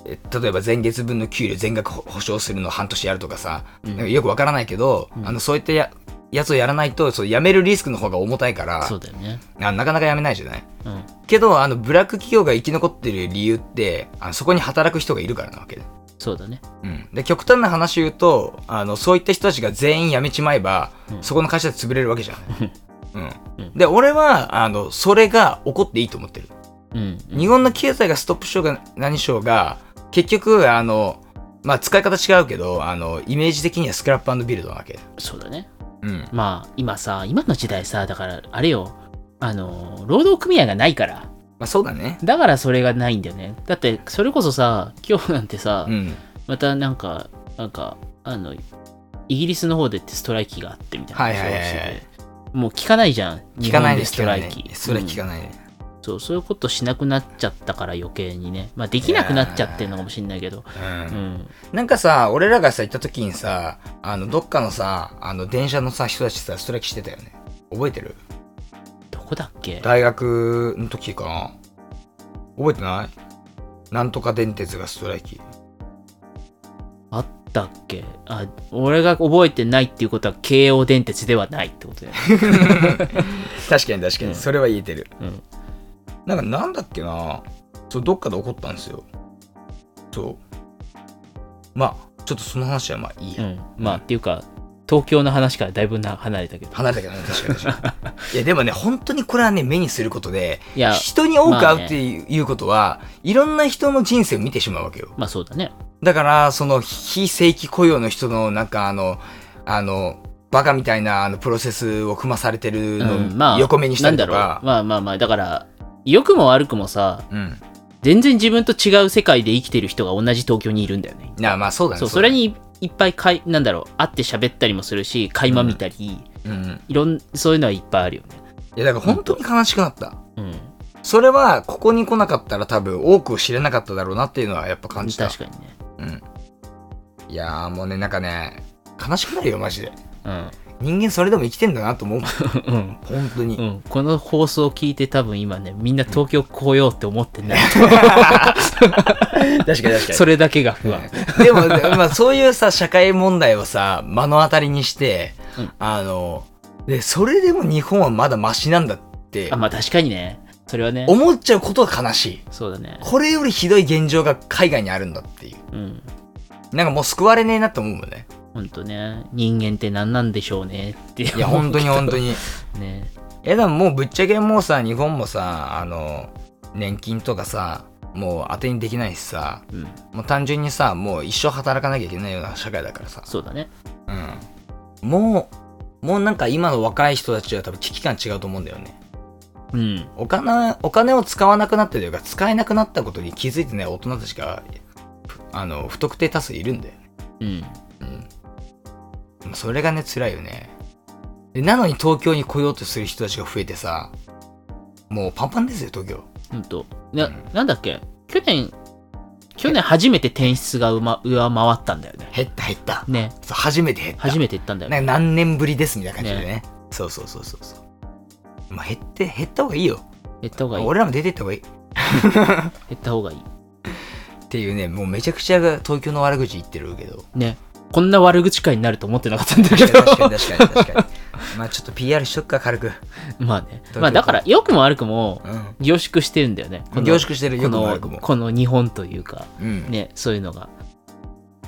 S3: え例えば前月分の給料全額ほ保証するのを半年やるとかさ、
S4: うん
S3: なんかよくわからないけど、
S4: うん
S3: あのそういったややつをやらないとそう辞めるリスクの方が重たいから
S4: そうだよね。
S3: あなかなか辞めないじゃない
S4: うん。
S3: けどあのブラック企業が生き残ってる理由ってあのそこに働く人がいるからなわけで,、
S4: そうだね。
S3: うん、で極端な話言うとあのそういった人たちが全員辞めちまえば、
S4: うん
S3: そこの会社で潰れるわけじゃ
S4: *laughs*
S3: ない、うん
S4: うん
S3: で俺はあのそれが起こっていいと思ってる
S4: うん。
S3: 日本の経済がストップしようが何しようが結局あの、まあ、使い方違うけどあのイメージ的にはスクラップビルドなわけ、
S4: そうだね。
S3: うん、
S4: まあ、今さ、今の時代さ、だから、あれよ、あの、労働組合がないから。
S3: まあそうだね
S4: だからそれがないんだよね。だって、それこそさ、今日なんてさ、
S3: うん
S4: またなんか、なんか、あの、イギリスの方でってストライキがあってみたいな話をしてて、
S3: はいはいはいはい
S4: もう聞かないじゃん。
S3: 聞かないで
S4: 日本ですストライキ。
S3: それ聞か
S4: うん
S3: ないね、
S4: そう、そういうことしなくなっちゃったから余計にね。まあ、できなくなっちゃってるのかもしれないけど。
S3: うん
S4: うん。
S3: なんかさ、俺らがさ、行った時にさ、あの、どっかのさ、あの、電車のさ、人たちさ、ストライキしてたよね。覚えてる
S4: どこだっけ
S3: 大学の時かな覚えてないなんとか電鉄がストライキ。
S4: あったっけあ、俺が覚えてないっていうことは京王電鉄ではないってことだよね。
S3: 確かに確か
S4: うん
S3: に、それは言えてる。
S4: うん。
S3: なんか、なんだっけなそう、どっかで起こったんですよ。そう。まあ、ちょっとその話はまあいいうや。
S4: ん。まあ、っていうか、東京の話からだいぶな離れたけど。
S3: 離れたけどね、確かに確か *laughs* に。いや、でもね、本当にこれはね、目にすることで、
S4: いや、
S3: 人に多く
S4: まあね
S3: 会うっていうことは、いろんな人の人生を見てしまうわけよ。
S4: まあそうだね。
S3: だから、その非正規雇用の人の、なんかあの、あの、バカみたいなあのプロセスを組まされてる
S4: うん、ま
S3: の
S4: あ、
S3: を横目にしたりと
S4: なんだろ
S3: か
S4: う。。まあまあまあ、だから、良くも悪くもさ、
S3: うん。
S4: 全然自分と違う世界で生きてる人が同じ東京にいるんだよね。
S3: なあまあそうだね。
S4: そう、それ
S3: に。
S4: にいっぱいかい、なんだろう、会って喋ったりもするし、垣間見たり、
S3: うん。
S4: いろん、そういうのはいっぱいあるよね。
S3: いや、だから本当に悲しくなった。
S4: うん。
S3: それは、ここに来なかったら多分多くを知れなかっただろうなっていうのはやっぱ感じた。
S4: 確かにね。
S3: うん。いやーもうね、なんかね、悲しくなるよ、マジで。
S4: うん。
S3: 人間それでも生きてんだなと思う。
S4: うん。
S3: 本当に。
S4: うん、この放送を聞いて多分今ねみんな東京来ようって思ってない、
S3: 確かに確かに
S4: それだけが不安、
S3: でも、でまあ、そういうさ、社会問題をさ、目の当たりにして、
S4: うん
S3: あの、で、それでも日本はまだマシなんだって
S4: あ、まあ確かにねそれはね、
S3: 思っちゃうことが悲しい
S4: そうだね。
S3: これよりひどい現状が海外にあるんだっていう
S4: うん。
S3: なんかもう救われねえなって思うもんね
S4: ほんとね、人間って何なんでしょうねってい
S3: い *laughs* や本当に本当に
S4: に。*laughs* ね。
S3: いやでももうぶっちゃけもうさ日本もさあの年金とかさもう当てにできないしさ
S4: うん。
S3: もう単純にさもう一生働かなきゃいけないような社会だからさ
S4: そうだね。
S3: うんもうもうなんか今の若い人たちは多分危機感違うと思うんだよね
S4: うん。
S3: お金お金を使わなくなったというか使えなくなったことに気づいてない大人たちがあの不特定多数いるんだよね
S4: うん。
S3: うんそれがね辛いよねでなのに東京に来ようとする人たちが増えてさもうパンパンですよ東京
S4: ほんと。な、
S3: うん
S4: なんだっけ去年、去年初めて転出がうま上回ったんだよね。
S3: 減った減った
S4: ね。
S3: そう初めて減った
S4: 初めて行ったんだよね。
S3: なんか何年ぶりですみたいな感じでねそうそうそうそうそうまあ減って減った方がいいよ
S4: 行った方がいい。
S3: 俺らも出てった方がいい
S4: 行った方がいい。
S3: っていうねもうめちゃくちゃ東京の悪口言ってるけ
S4: *laughs*
S3: ど
S4: ね。こんな悪口会になると思ってなかったんだけ
S3: 確か
S4: ど。
S3: に確かに確かにまあちょっと PR しとくか軽く
S4: *laughs* まあね。
S3: どういうこと
S4: まあだから、良くも悪くも、
S3: う
S4: 凝縮してるんだよね。こ
S3: ん
S4: の
S3: 凝縮してるよ
S4: こ
S3: くも
S4: の
S3: 悪くも、
S4: この日本というか、
S3: うん
S4: ね、そういうのが。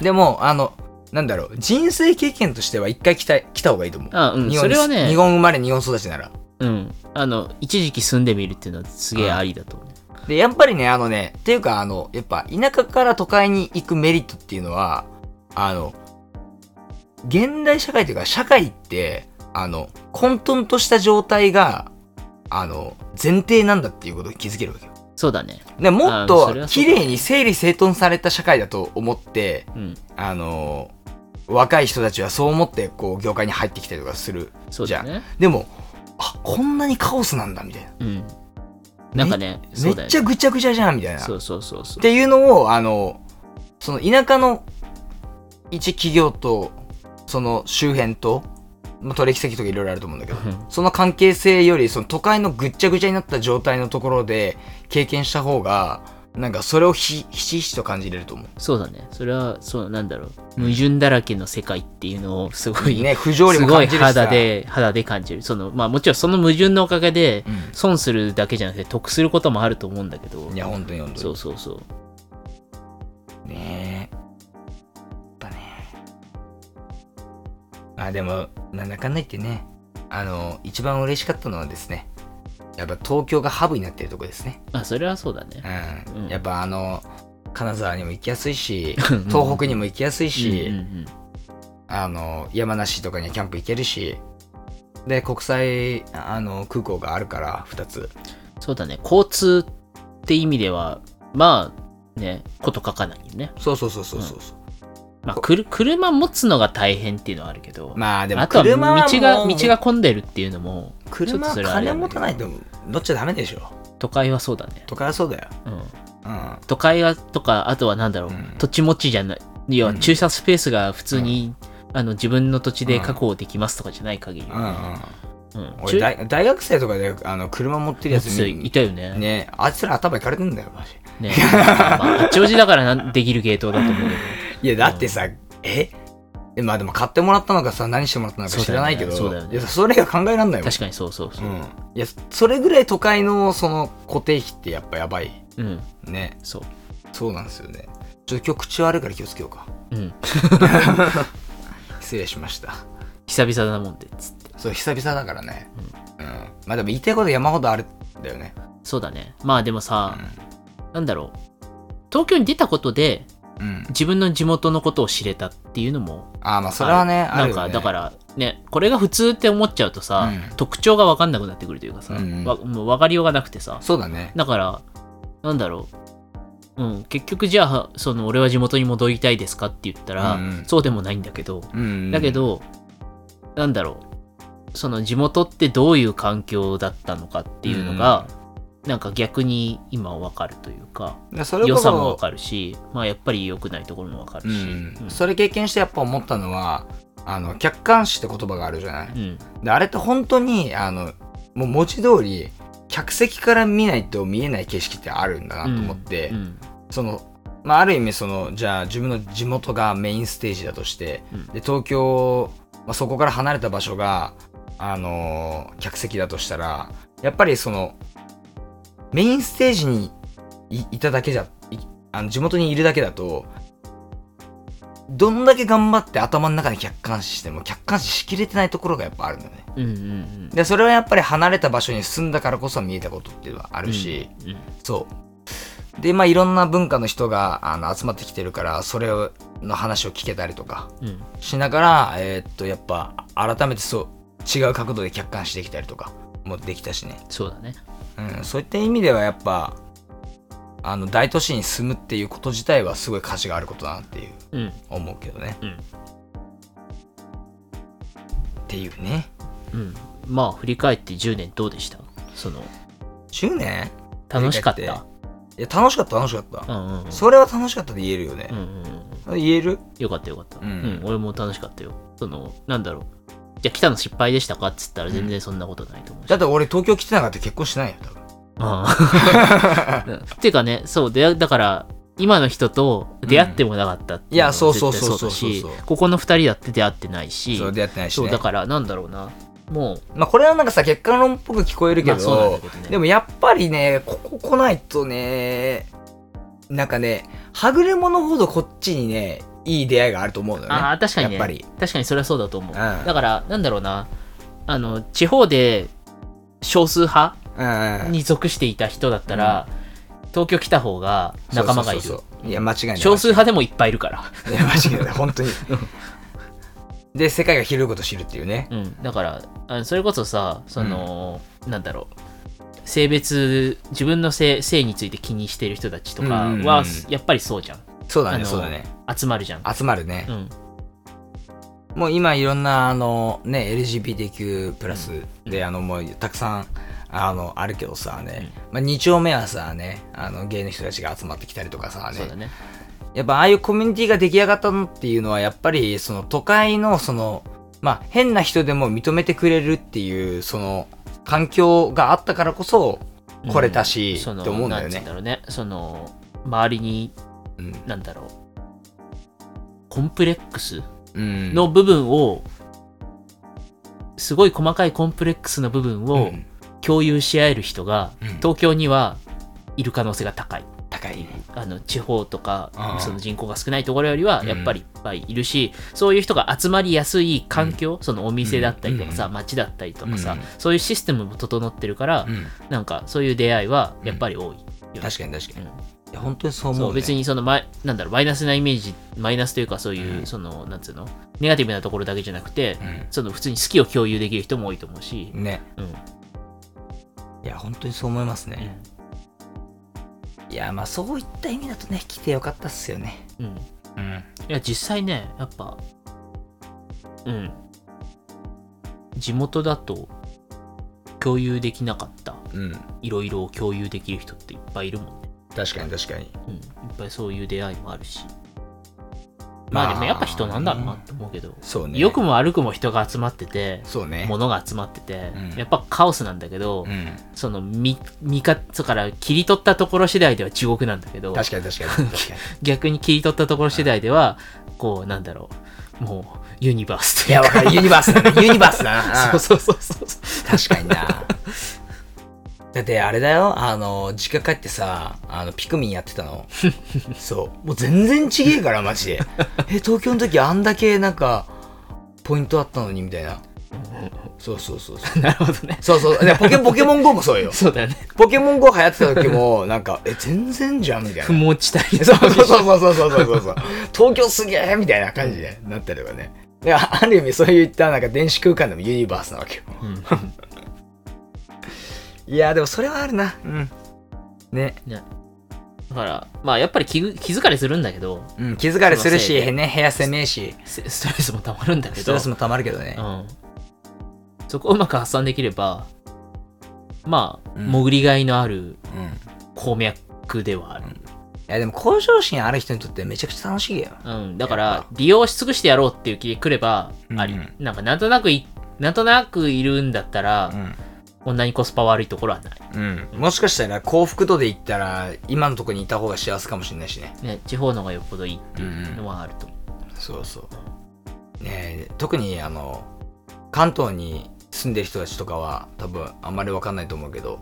S3: でもあのなんだろう人生経験としては一回来た来た方がいいと思う
S4: あうん、
S3: 日本
S4: それは
S3: 日
S4: ね、
S3: 本生まれ日本育ちなら
S4: うん、あの、一時期住んでみるっていうのはすげえありだと思う。
S3: でやっぱりねあのねっていうかあのやっぱ田舎から都会に行くメリットっていうのはあの現代社会というか社会ってあの混沌とした状態があの前提なんだっていうことに気づけるわけよ
S4: そうだね。
S3: でもっ
S4: あそれ
S3: と
S4: はそ
S3: 綺
S4: う
S3: 麗に整理整頓された社会だと思って
S4: うん、
S3: あの若い人たちはそう思ってこう業界に入ってきたりとかする
S4: そうだね。
S3: でもあこんなにカオスなんだみたいな
S4: うん。なんかね、そう
S3: め
S4: だ
S3: っ
S4: よ
S3: ちゃ
S4: ね。
S3: ぐちゃぐちゃじゃんみたいな
S4: そうそうそうそ
S3: っ
S4: う。
S3: ていうのをあのその田舎の一企業とその周辺とまあ取引先とかいろいろあると思うんだけど
S4: うん
S3: その関係性よりその都会のぐっちゃぐちゃになった状態のところで経験した方がなんかそれをひひしひしと感じれると思
S4: そうだね。それは、そう、なんだろう。矛盾だらけの世界っていうのをすご
S3: う
S4: い、
S3: ね不条理
S4: す
S3: も
S4: ごい
S3: 感じるしさ
S4: 肌で、肌で感じる。その、まあもちろんその矛盾のおかげで
S3: うん、
S4: 損するだけじゃなくて得することもあると思うんだけど
S3: い。や本当に本当
S4: そ
S3: に
S4: うそうそう。
S3: ねえやっぱねあでもなんだかんだ言ってねあの一番嬉しかったのはですねやっぱ東京がハブになってるとこですね
S4: まあそれはそうだね。
S3: うん、
S4: うん
S3: やっぱあの金沢にも行きやすいし
S4: *laughs* うん
S3: 東北にも行きやすいし、
S4: うんうんうん
S3: あの山梨とかにはキャンプ行けるしで国際あの空港があるから2つ
S4: そうだね、交通って意味では、まあ、ね、こと書かないよね。
S3: そうそうそうそうそうそう、
S4: まあ、くる車持つのが大変っていうのはあるけど、
S3: まあでも
S4: あとは道
S3: 車はもう
S4: が、道が混んでるっていうのも、
S3: 車
S4: ちょっと
S3: は
S4: それはあれ
S3: 金
S4: なんだ
S3: 持
S4: け
S3: た
S4: ど
S3: ないと乗っちゃダメでしょ
S4: 都会はそうだね。
S3: 都会はそうだよ
S4: うん、
S3: うん
S4: 都会は、とか、あとはなんだろう、
S3: うん
S4: 土地持ちじゃない、要は
S3: うん
S4: 駐車スペースが普通に、あの自分の土地で確保できますとかじゃない限り
S3: うんうん
S4: は、うんうん
S3: 俺大大学生とかであの車持ってるやつ見
S4: いたよね。ね。
S3: ねあいつら頭いかれてんだよマジ
S4: まあ、八王子だからなんできる系統だと思うけど。
S3: いやだってさ、ええまあでも買ってもらったのかさ何してもらったのか
S4: そう
S3: 知
S4: だよ
S3: らな
S4: ね
S3: いけど
S4: そうだよね
S3: いやそれが考えら *laughs* んないもん
S4: 確かにそうそうそう。
S3: うん、いやそれぐらい都会のその固定費ってやっぱやばい
S4: うん、
S3: ね
S4: そう。
S3: そうなんですよねちょっと今日口悪いから気をつけようか
S4: うん。
S3: 失礼しました
S4: 久々だもんで、つって。
S3: そう久々だからねうん、まあでも言いたいこと山ほどあるんだよね
S4: そうだね。まあでもさ、なんだろう。東京に出たことで、
S3: うん、うん、
S4: 自分の地元のことを知れたっていうのも
S3: ああまあそれはねあ
S4: なん
S3: る
S4: か、
S3: よね
S4: だから、ね、これが普通って思っちゃうとさ、
S3: うん
S4: 特徴が分かんなくなってくるというかさ、
S3: うんうん
S4: わもう分かりようがなくてさ、
S3: そうだね
S4: だから、なんだろう。うん、結局じゃあ、その、俺は地元に戻りたいですかって言ったら、
S3: うんうん
S4: そうでもないんだけど、
S3: うん
S4: だけど、なんだろう、その地元ってどういう環境だったのかっていうのが、なんか逆に今わかるというか、
S3: でそれこ
S4: 良
S3: そ
S4: さもわかるし、まあやっぱり良くないところもわかるし、
S3: うんそれ経験してやっぱ思ったのはあの客観視って言葉があるじゃない
S4: うん、うん
S3: であれって本当にあのもう文字通り客席から見ないと見えない景色ってあるんだなと思って、
S4: うん
S3: その、まあ、ある意味そのじゃあ自分の地元がメインステージだとして、
S4: うん
S3: で東京、まあ、そこから離れた場所が、あのー客席だとしたらやっぱりそのメインステージにいいただけじゃいあの地元にいるだけだとどんだけ頑張って頭の中で客観視しても客観視しきれてないところがやっぱあるのね
S4: うんうん
S3: でそれはやっぱり離れた場所に住んだからこそ見えたことっていうのはあ
S4: あ
S3: るし、、
S4: うんうん
S3: そうでまあいろんな文化の人があの集まってきてるからそれをの話を聞けたりとか
S4: うん
S3: しながらえーっとやっぱ改めてそう違う角度で客観視できたりとかもできたしね
S4: そうだね
S3: うん、そういった意味ではやっぱあの大都市に住むっていうこと自体はすごい価値があることだなっていう
S4: うん
S3: 思うけどね、
S4: うん
S3: っていうね
S4: うんまあ振り返って10年どうでしたその
S3: 10年
S4: 楽しかっ
S3: 振り返
S4: た
S3: いや楽しかった楽しかった、
S4: うんうんうん
S3: それは楽しかったで言えるよね
S4: うん、うんうん
S3: 言える
S4: よかったよかった、
S3: う
S4: うんん俺も楽しかったよそのなんだろうじゃあ来たの失敗でしたかっつったら全然そんなことないと思うし、
S3: だって俺東京来てなかったら結婚してないよ多分 *laughs*
S4: うん *laughs* うんっていうかねそう出会だから今の人と出会ってもなかったって
S3: い
S4: の
S3: や
S4: は
S3: そうそう
S4: 絶対だ
S3: そ
S4: し
S3: うそうそうそう
S4: ここの2人だって出会ってないし
S3: そう出会ってないし、
S4: そう
S3: ね、
S4: だからなんだろうなもう
S3: まあこれはなんかさ結果論っぽく聞こえるけど、
S4: まあそうなんだけどね
S3: でもやっぱりねここ来ないとねなんかねはぐれ者ほどこっちにねいい出会いがあると思うのよね
S4: ああ確かにね
S3: やっぱり
S4: 確かにそれはそうだと思う、
S3: うん
S4: だからなんだろうなあの地方で少数派
S3: うん
S4: に属していた人だったら、東京来た方が仲間がいる
S3: そうそうそうそういや間違いない
S4: 少数派でもいっぱいいるから、
S3: いや間違い
S4: *laughs*
S3: ない本当にで世界が広いことを知るっていうね
S4: うん、だからあそれこそさその、なんだろう性別自分の性性について気にしてる人たちとかは、
S3: うんうんうん
S4: やっぱりそうじゃん
S3: そうだ
S4: あ
S3: ね
S4: の
S3: そうだね
S4: 集まるじゃん、
S3: 集まるね
S4: う、ん、
S3: もう今いろんなあのね LGBTQ+ プラスで、あのもうたくさんあのあるけどさね、まあ、2丁目はさねあの芸の人たちが集まってきたりとかさ
S4: そうだね
S3: やっぱああいうコミュニティが出来上がったのっていうのはやっぱりその都会のそのまあ変な人でも認めてくれるっていうその環境があったからこそ来れたし、
S4: その
S3: って思うんだよ
S4: なんつ
S3: ね
S4: だ。ろうねその周りに
S3: うん
S4: なんだろうコンプレックス
S3: うん
S4: の部分を、すごい細かいコンプレックスの部分
S3: う
S4: を
S3: ん
S4: 共有し合える人が、
S3: うん
S4: 東京にはいる可能性が高い
S3: 高いね。
S4: あの地方とか
S3: ああ
S4: その人口が少ないところよりは
S3: うん
S4: やっぱりいっぱいいるし、そういう人が集まりやすい環境、そのお店だったりとかさ、
S3: うん
S4: 街だったりとかさ、
S3: うん
S4: そういうシステムも整ってるから、
S3: うん
S4: なんかそういう出会いはやっぱり多いよね、
S3: 確かに確かに。
S4: うん
S3: いや本当にそう思う、ね。
S4: そう別にそのマイなんだろうマイナスなイメージマイナスというかそういう、
S3: うん
S4: そのなんつうのネガティブなところだけじゃなくて、
S3: う
S4: その普通に好きを共有できる人も多いと思うし、
S3: ん。ね。
S4: うん
S3: いや本当にそう思いますね。いやまあそういった意味だとね来てよかったっすよね。
S4: うんい
S3: うん。
S4: や実際ねやっぱうん地元だと共有できなかった
S3: うん。
S4: いろいろを共有できる人っていっぱいいるもんね、
S3: 確かに確かに。
S4: うん、いっぱいそういう出会いもあるしまあでもやっぱ人なんだろうなって思うけど、
S3: そうね。
S4: 良くも悪くも人が集まってて
S3: そうね。
S4: 物が集まってて、
S3: うん
S4: やっぱカオスなんだけど、
S3: うん。
S4: その見見方から切り取ったところ次第では地獄なんだけど
S3: 確かに確かに *laughs* 確かに。
S4: 逆に切り取ったところ次第では、こうなんだろうもうユニバース
S3: いや、わかる。ユニバース *laughs* だな。ユニバースだな。
S4: *laughs* そうそうそうそうそう
S3: うん確かにな。だってあれだよ、あの、実家帰ってさ、あの、ピクミンやってた *laughs* の。そう。もう全然ちげえから、マジで。え、東京の時あんだけなんか、ポイントあったのに、みたいな。そうそうそうそう。
S4: なるほどね
S3: そうそう。でポケ、ポケモン GO も *laughs* そうよ。
S4: そうだよね
S3: ポケモン GO 流行ってた時も、なんか、え、全然じゃん、みたいな
S4: *laughs* 不。毛地帯
S3: そうそうそうそうそうそうそうそう。東京すげえみたいな感じでなったりとかね。いや、ある意味そういったなんか電子空間でもユニバースなわけよ。
S4: *laughs* うんね
S3: いや、でもそれはあるな。うん。ね。
S4: だからまあやっぱり気ぐ気疲れするんだけど
S3: うん、気づかれする
S4: そのせい
S3: し、
S4: で
S3: ね、部屋狭めえし、
S4: スストレスもたまるんだけ
S3: スト
S4: ど
S3: レスもたまるけどね。
S4: うん、そこをうまく発散できればまあ、
S3: うん
S4: 潜りがいのある
S3: うん。い
S4: 鉱脈ではある、
S3: や、でも向上心ある人にとってめちゃくちゃ楽しいよ。
S4: うん、だか
S3: やっ
S4: ら
S3: ぱ
S4: 利用し尽くしてやろうっていう気で来ればあり、
S3: うんうん
S4: なんかなんとなくいなんとなくいるんだったら、
S3: ん。
S4: こんなにコスパ悪いところはない、
S3: うん。もしかしたら幸福度で言ったら、今のとこにいた方が幸せかもしれないしね。
S4: ね、地方の方がよっぽどいいっていうのはあると思
S3: そうそう。ねえ特にあの、関東に住んでる人たちとかは多分あんまりわかんないと思うけど、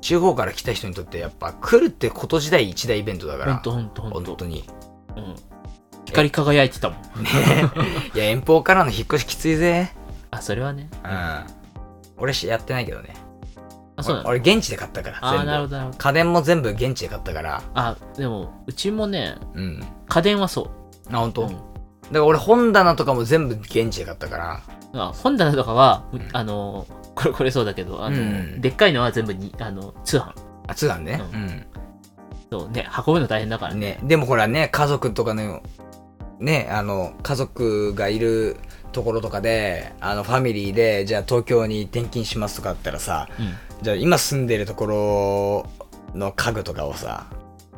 S3: 地方から来た人にとってやっぱ来るってこと自体一大イベントだから
S4: ほんとほんとほん
S3: 本
S4: と
S3: 当。に
S4: うん光り輝いてたもん。 *laughs*
S3: いや遠方からの引っ越しきついぜ
S4: あ、それはね。
S3: うん俺しやってないけどね
S4: あ、そうなの
S3: 俺俺現地で買ったから
S4: あー、なるほ
S3: ど
S4: ど、なるほど。
S3: 家電も全部現地で買ったから
S4: あ、でも、うちもね、
S3: うん
S4: 家電はそう。
S3: あ本当、
S4: うん
S3: だから俺本棚とかも全部現地で買ったから
S4: あ本棚とかは、
S3: ん
S4: あの、これ、これそうだけど、あの、
S3: うん
S4: でっかいのは全部に、あの、通販。
S3: あ通販ね
S4: う
S3: うん
S4: そうね、運ぶの大変だからね。
S3: ね、でもほらね家族とかのねあの家族がいるところとかであのファミリーでじゃあ東京に転勤しますとかあったらさじゃあ今住んでるところの家具とかをさ、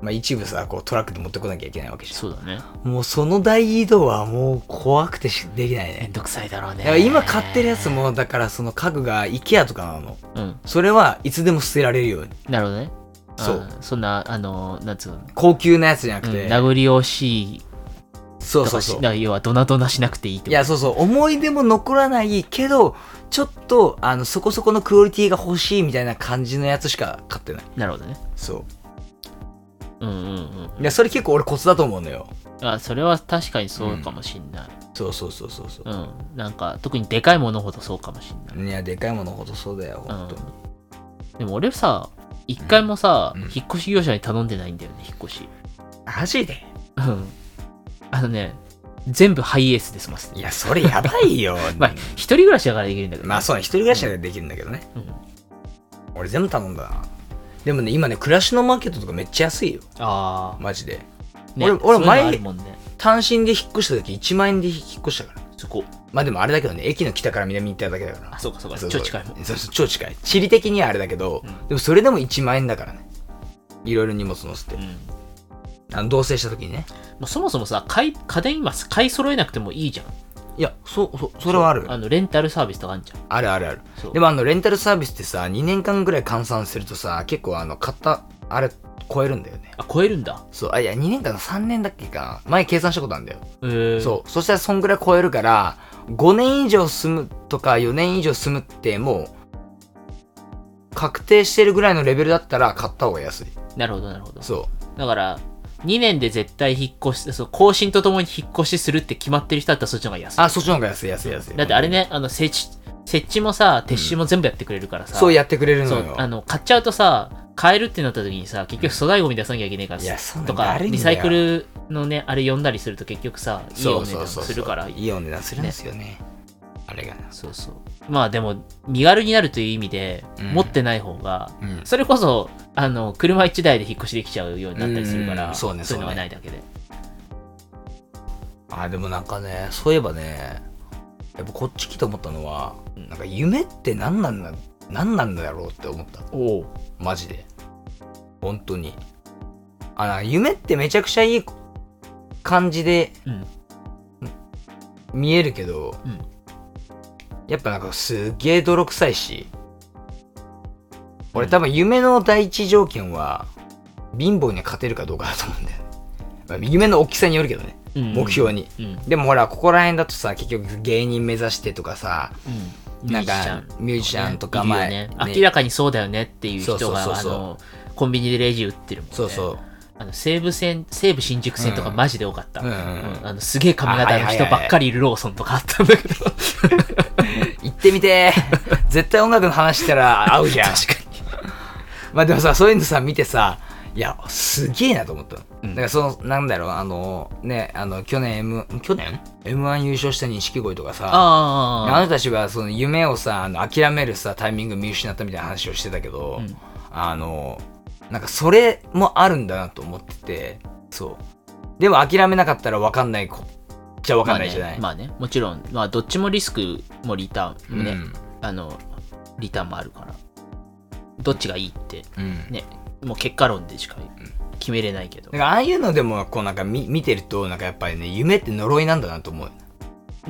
S3: まあ、一部さこうトラックで持ってこなきゃいけないわけ
S4: うん。
S3: じ
S4: そうだね。
S3: ゃんもうその大移動はもう怖くてしできない
S4: めん
S3: ね
S4: どくさいだろうね
S3: だから。今買ってるやつ。もだからその家具が IKEA とかなの
S4: うん。
S3: それはいつでも捨てられるように
S4: なるほどね。
S3: そう
S4: あー。そんな、あの、なんつうの。
S3: 高級なやつじゃなく
S4: うん
S3: て、
S4: 名残惜しい
S3: そ
S4: と
S3: うそ
S4: か
S3: う
S4: し
S3: そう
S4: な要はドナドナしなくていいっ
S3: い
S4: てこと
S3: や、そうそう、思い出も残らないけど、ちょっと、あの、そこそこのクオリティが欲しいみたいな感じのやつしか買ってない。
S4: なるほどね
S3: そ
S4: うんうんうん
S3: う。いや、それ結構俺コツだと思うのよ。
S4: あそれは確かにそうかもしんない
S3: そうそうそうそうそう
S4: う。ん、なんか特にでかいものほどそうかもしんない、
S3: いや、でかいものほどそうだよ、本当に。
S4: でも俺さ一回もさ、
S3: うんうん
S4: 引っ越し業者に頼んでないんだよね引っ越し
S3: マジで
S4: うんあのね全部ハイエースで済ます
S3: いや、それやばいよ。
S4: *laughs* まあ一人暮らしだからできるんだけどね、
S3: まあ、そうね、一人暮らしでできるんだけどね。
S4: うん、
S3: 俺全部頼んだな。でもね、今ね、暮らしのマーケットとかめっちゃ安いよ。
S4: ああ、
S3: マジで。
S4: ね、
S3: 俺俺
S4: そういうの
S3: 前
S4: あるもんね
S3: 単身で引っ越した時1万円で引っ越したから。
S4: そこ
S3: まあでもあれだけどね、駅の北から南に行っただけだから
S4: あ。そうかそうか
S3: そう
S4: ち
S3: そ
S4: ょ
S3: う
S4: 近いもん
S3: そうそう超近い地理的にはあれだけど、
S4: うん
S3: でもそれでも1万円だからねいろいろ荷物載せて
S4: うん
S3: あの同棲した時にね
S4: まあそもそもさ買い家電今買い揃えなくてもいいじゃん
S3: いやそそそれはある
S4: あのレンタルサービスとかあるじゃん
S3: あるあるある
S4: そう
S3: でもあのレンタルサービスってさ2年間ぐらい換算するとさ結構あの買ったあれ超えるんだよね
S4: あ超えるんだ
S3: そうあいや2年間の3年だっけかな前計算したことあるんだよ、
S4: えー、
S3: そうそしたらそんぐらい超えるから5年以上住むとか4年以上住むってもう確定してるぐらいのレベルだったら買った方が安い
S4: なるほどなるほど
S3: そう
S4: だから2年で絶対引っ越しそう更新とともに引っ越しするって決まってる人だったらそっちの方が安い
S3: あ、そっちの方が安い安い安い。
S4: だってあれねあの設置設置もさ撤収も全部やってくれるからさ、
S3: そうやってくれる
S4: そ
S3: の
S4: うあ
S3: よ。
S4: の買っちゃうとさ買えるってなった時にさ結局粗大ゴミ出さなきゃいけないから
S3: いやそうなんだ
S4: とか
S3: あれいいんだ
S4: リ
S3: よ
S4: サイクルのねあれ呼んだりすると結局さいい
S3: そ
S4: お
S3: う
S4: 値
S3: そう
S4: 段
S3: そう
S4: するから
S3: いいお値段するんですよね。あれがな。
S4: そうそうまあでも身軽になるという意味で、
S3: うん
S4: 持ってない方が
S3: うん。
S4: それこそあの車1台で引っ越しできちゃうようになったりするか
S3: うん
S4: ら
S3: そうね
S4: いうの
S3: そうね
S4: がないだけで
S3: あ、でもなんかね、そういえばね、やっぱこっち来て思ったのは、
S4: うん
S3: なんか夢って何なんだ、何なんだろうって思った。
S4: おお
S3: マジで。本当に。あ、なんか夢ってめちゃくちゃいい感じで
S4: うん
S3: 見えるけど、
S4: うん
S3: やっぱなんかすっげえ泥臭いし俺多分夢の第一条件は貧乏に勝てるかどうかだと思うんだよね、まあ夢の大きさによるけどね目標に、
S4: うん、うん
S3: でもほらここら辺だとさ結局芸人目指してとかさ
S4: うん、
S3: なんかミュージシャンとか
S4: いるよ
S3: 前
S4: ね
S3: ね
S4: 明らかにそうだよねっていう人
S3: そう
S4: が
S3: そうそうそう
S4: あのコンビニでレジ売ってるもんね
S3: そうそう
S4: あの西武線西武新宿線とか
S3: うん
S4: マジで多かった、
S3: うんうん
S4: あのすげえ髪型の人ばっかりいるローソンとかあったんだけど確
S3: 行ってみ
S4: *laughs*
S3: てー絶対音楽の話したら合うじゃん
S4: か
S3: まあでもさそういうのさ見てさいやすげえなと思ったの、
S4: うん
S3: だからそのなんだろうあのねあの去年 M 去年 m 1優勝した錦鯉とかさあ
S4: ああ
S3: の人たちはその夢をさあの諦めるさタイミング見失ったみたいな話をしてたけど、
S4: うん
S3: あのなんかそれもあるんだなと思っててそうでも諦めなかったら分かんないこじゃ分かんないじゃない、
S4: まあね,、まあねもちろん、まあ、どっちもリスクもリターンもね、
S3: うん
S4: あのリターンもあるからどっちがいいって
S3: うん
S4: ねもう結果論でしか決めれないけど、
S3: なんかああいうのでもこうなんか見見てるとなんかやっぱりね夢って呪いなんだなと思う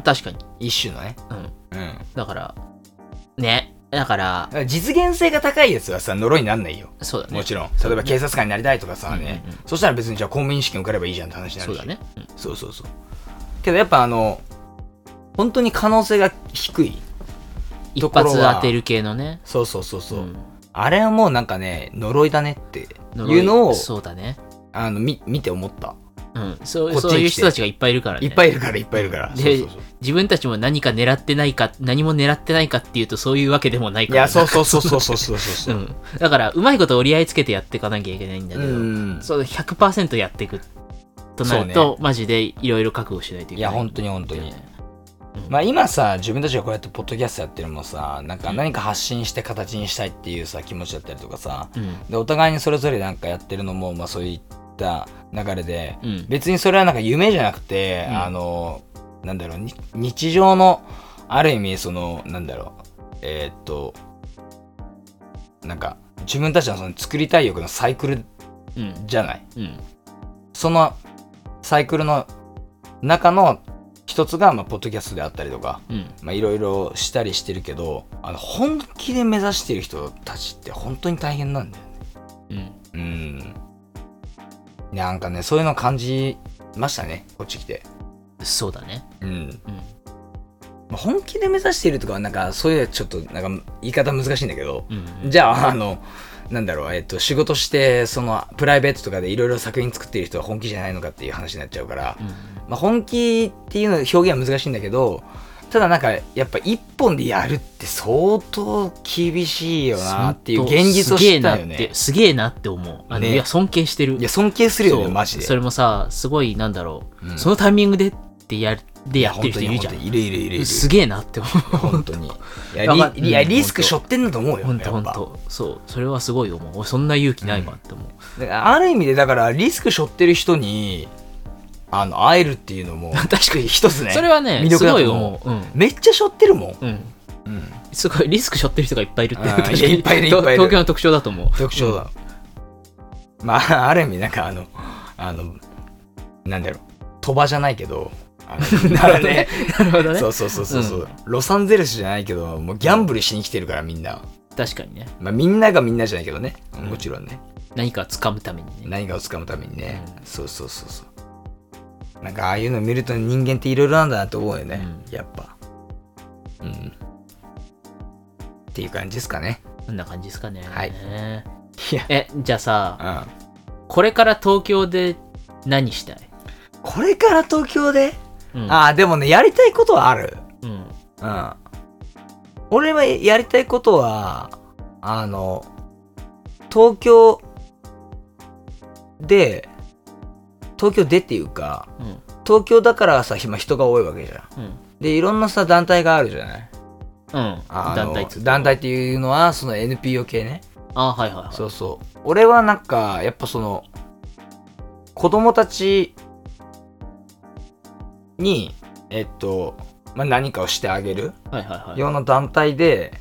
S4: 確かに
S3: 一種のね
S4: うん
S3: うん
S4: だから、ね。だから、
S3: 実現性が高いやつはさ呪いになんないよ
S4: そうだね。
S3: もちろん
S4: そう
S3: 例え
S4: だ
S3: ば
S4: ね
S3: 警察官になりたいとかさね、
S4: うんうんう
S3: そしたら別にじゃあ公務員試験受かればいいじゃんって話になる
S4: そう
S3: し
S4: だね。うん
S3: そうそうそうけどやっぱあの本当に可能性が低い
S4: 一
S3: ところは
S4: 発当てる系のね。
S3: そうそうそうそう、
S4: うん
S3: ああれはもうなんかね呪いだねって
S4: 呪
S3: いうのを
S4: そうだね。
S3: あのみ見て思った、
S4: うん。そう
S3: こっちに来て
S4: そういう人たちがいっぱいいるからね。
S3: いっぱいいるからいっぱいいるから
S4: で
S3: そうそうそう
S4: 自分たちも何か狙ってないか、何も狙ってないかっていうとそういうわけでもないか
S3: い
S4: ら。
S3: やそうそうそうそうそうそうそうう、
S4: ん。だから、うまいこと折り合いつけてやっていかなきゃいけないんだ
S3: う
S4: けど、
S3: ん、
S4: *laughs* そう100%やっていくとなると、マジでいろいろ覚悟しないとい
S3: い
S4: けな
S3: や
S4: い。
S3: 本当に本当に
S4: ね
S3: まあ今さ自分たちがこうやってポッドキャストやってるのもさなんか何か発信して形にしたいっていうさ気持ちだったりとかさ
S4: うん。
S3: でお互いにそれぞれなんかやってるのも、まあ、そういった流れで
S4: うん。
S3: 別にそれはなんか夢じゃなくて、
S4: うん
S3: あのなんだろうに日常のある意味そのなんだろうえーっとなんか自分たちのその作りたい欲のサイクル
S4: うん。
S3: じゃない
S4: うん。
S3: そのサイクルの中の一つが、まあ、ポッドキャストであったりとか、
S4: うん。
S3: まあ、いろいろしたりしてるけどあの本気で目指してる人たちって本当に大変なんだよね
S4: うん。
S3: うんなんかねそういうの感じましたねこっち来て
S4: そうだね。
S3: うん
S4: うん。
S3: まあ本気で目指しているとかはなんかそういうちょっとなんか言い方難しいんだけど
S4: うん。
S3: じゃああのなんだろう、えっと、仕事してそのプライベートとかでいろいろ作品作っている人は本気じゃないのかっていう話になっちゃうから、
S4: うん
S3: まあ、本気っていうの表現は難しいんだけどただなんかやっぱ一本でやるって相当厳しいよなっていう現実を知ったよね
S4: すげえなってすげえなって思うあの、
S3: ね
S4: いや尊敬してる
S3: いや尊敬するよね
S4: そう
S3: マジで
S4: それもさすごいなんだろう、
S3: うん
S4: そのタイミングでってやで
S3: い
S4: やってる人いるじゃ
S3: 本当に本
S4: ん
S3: 当にいるいるいるいる
S4: すげえなって思う
S3: 本
S4: *laughs*
S3: 当にいや
S4: だから
S3: リいや
S4: うん
S3: リスク背負ってんだと思うよ
S4: 本当
S3: やっ
S4: 本
S3: ぱ
S4: 当そうそれはすごい思う俺そんな勇気ないわって思う、
S3: だからある意味でだからリスク背負ってる人にあの会えるっていうのも
S4: *laughs* 確かに
S3: 一つね
S4: それはね
S3: 魅
S4: す
S3: 力だ
S4: ごい
S3: と思
S4: 思ううん
S3: めっちゃ背負ってるもん、
S4: うん、
S3: うん、
S4: すごいリスク背負ってる人がいっぱいいるっていう
S3: あー
S4: 確かに
S3: いやいっぱいいる
S4: と
S3: いっぱいいる
S4: 東京の特徴だと思う
S3: 特徴だ、まああ *laughs* る意味なんかあのあのなんだろう鳥羽じゃないけどあ *laughs* のなるほどね
S4: *laughs* なるほどね
S3: そうそうそうそうそう
S4: う
S3: ロサンゼルスじゃないけどもうギャンブルしに来てるからみんな、
S4: 確かにね
S3: まあ、みんながみんなじゃないけどね
S4: ん
S3: もちろんね
S4: 何か掴むためにね
S3: 何かをつかむためにね、
S4: うん
S3: そうそうそうそうなんかああいうの見ると人間っていろいろなんだなと思うよね、
S4: う
S3: やっぱうんっていう感じですかね
S4: こんな感じですかね
S3: はいいや
S4: えじゃあさ、
S3: うん
S4: これから東京で何したい、
S3: これから東京で
S4: うん、
S3: ああでもねやりたいことはある
S4: うん、
S3: うん。俺はやりたいことは、あの、東京で、東京でっていうか、
S4: うん、
S3: 東京だからさ、今人が多いわけじゃん。
S4: うん、
S3: で、いろんなさ、団体があるじゃない
S4: うん、
S3: あの
S4: 団体っつうと
S3: 団体っていうのは、その NPO 系ね。
S4: あはいはいはい。
S3: そうそう。俺はなんか、やっぱその、子供たちに、えっと、まあ、何かをしてあげる。
S4: はいはいはい。
S3: ような団体で、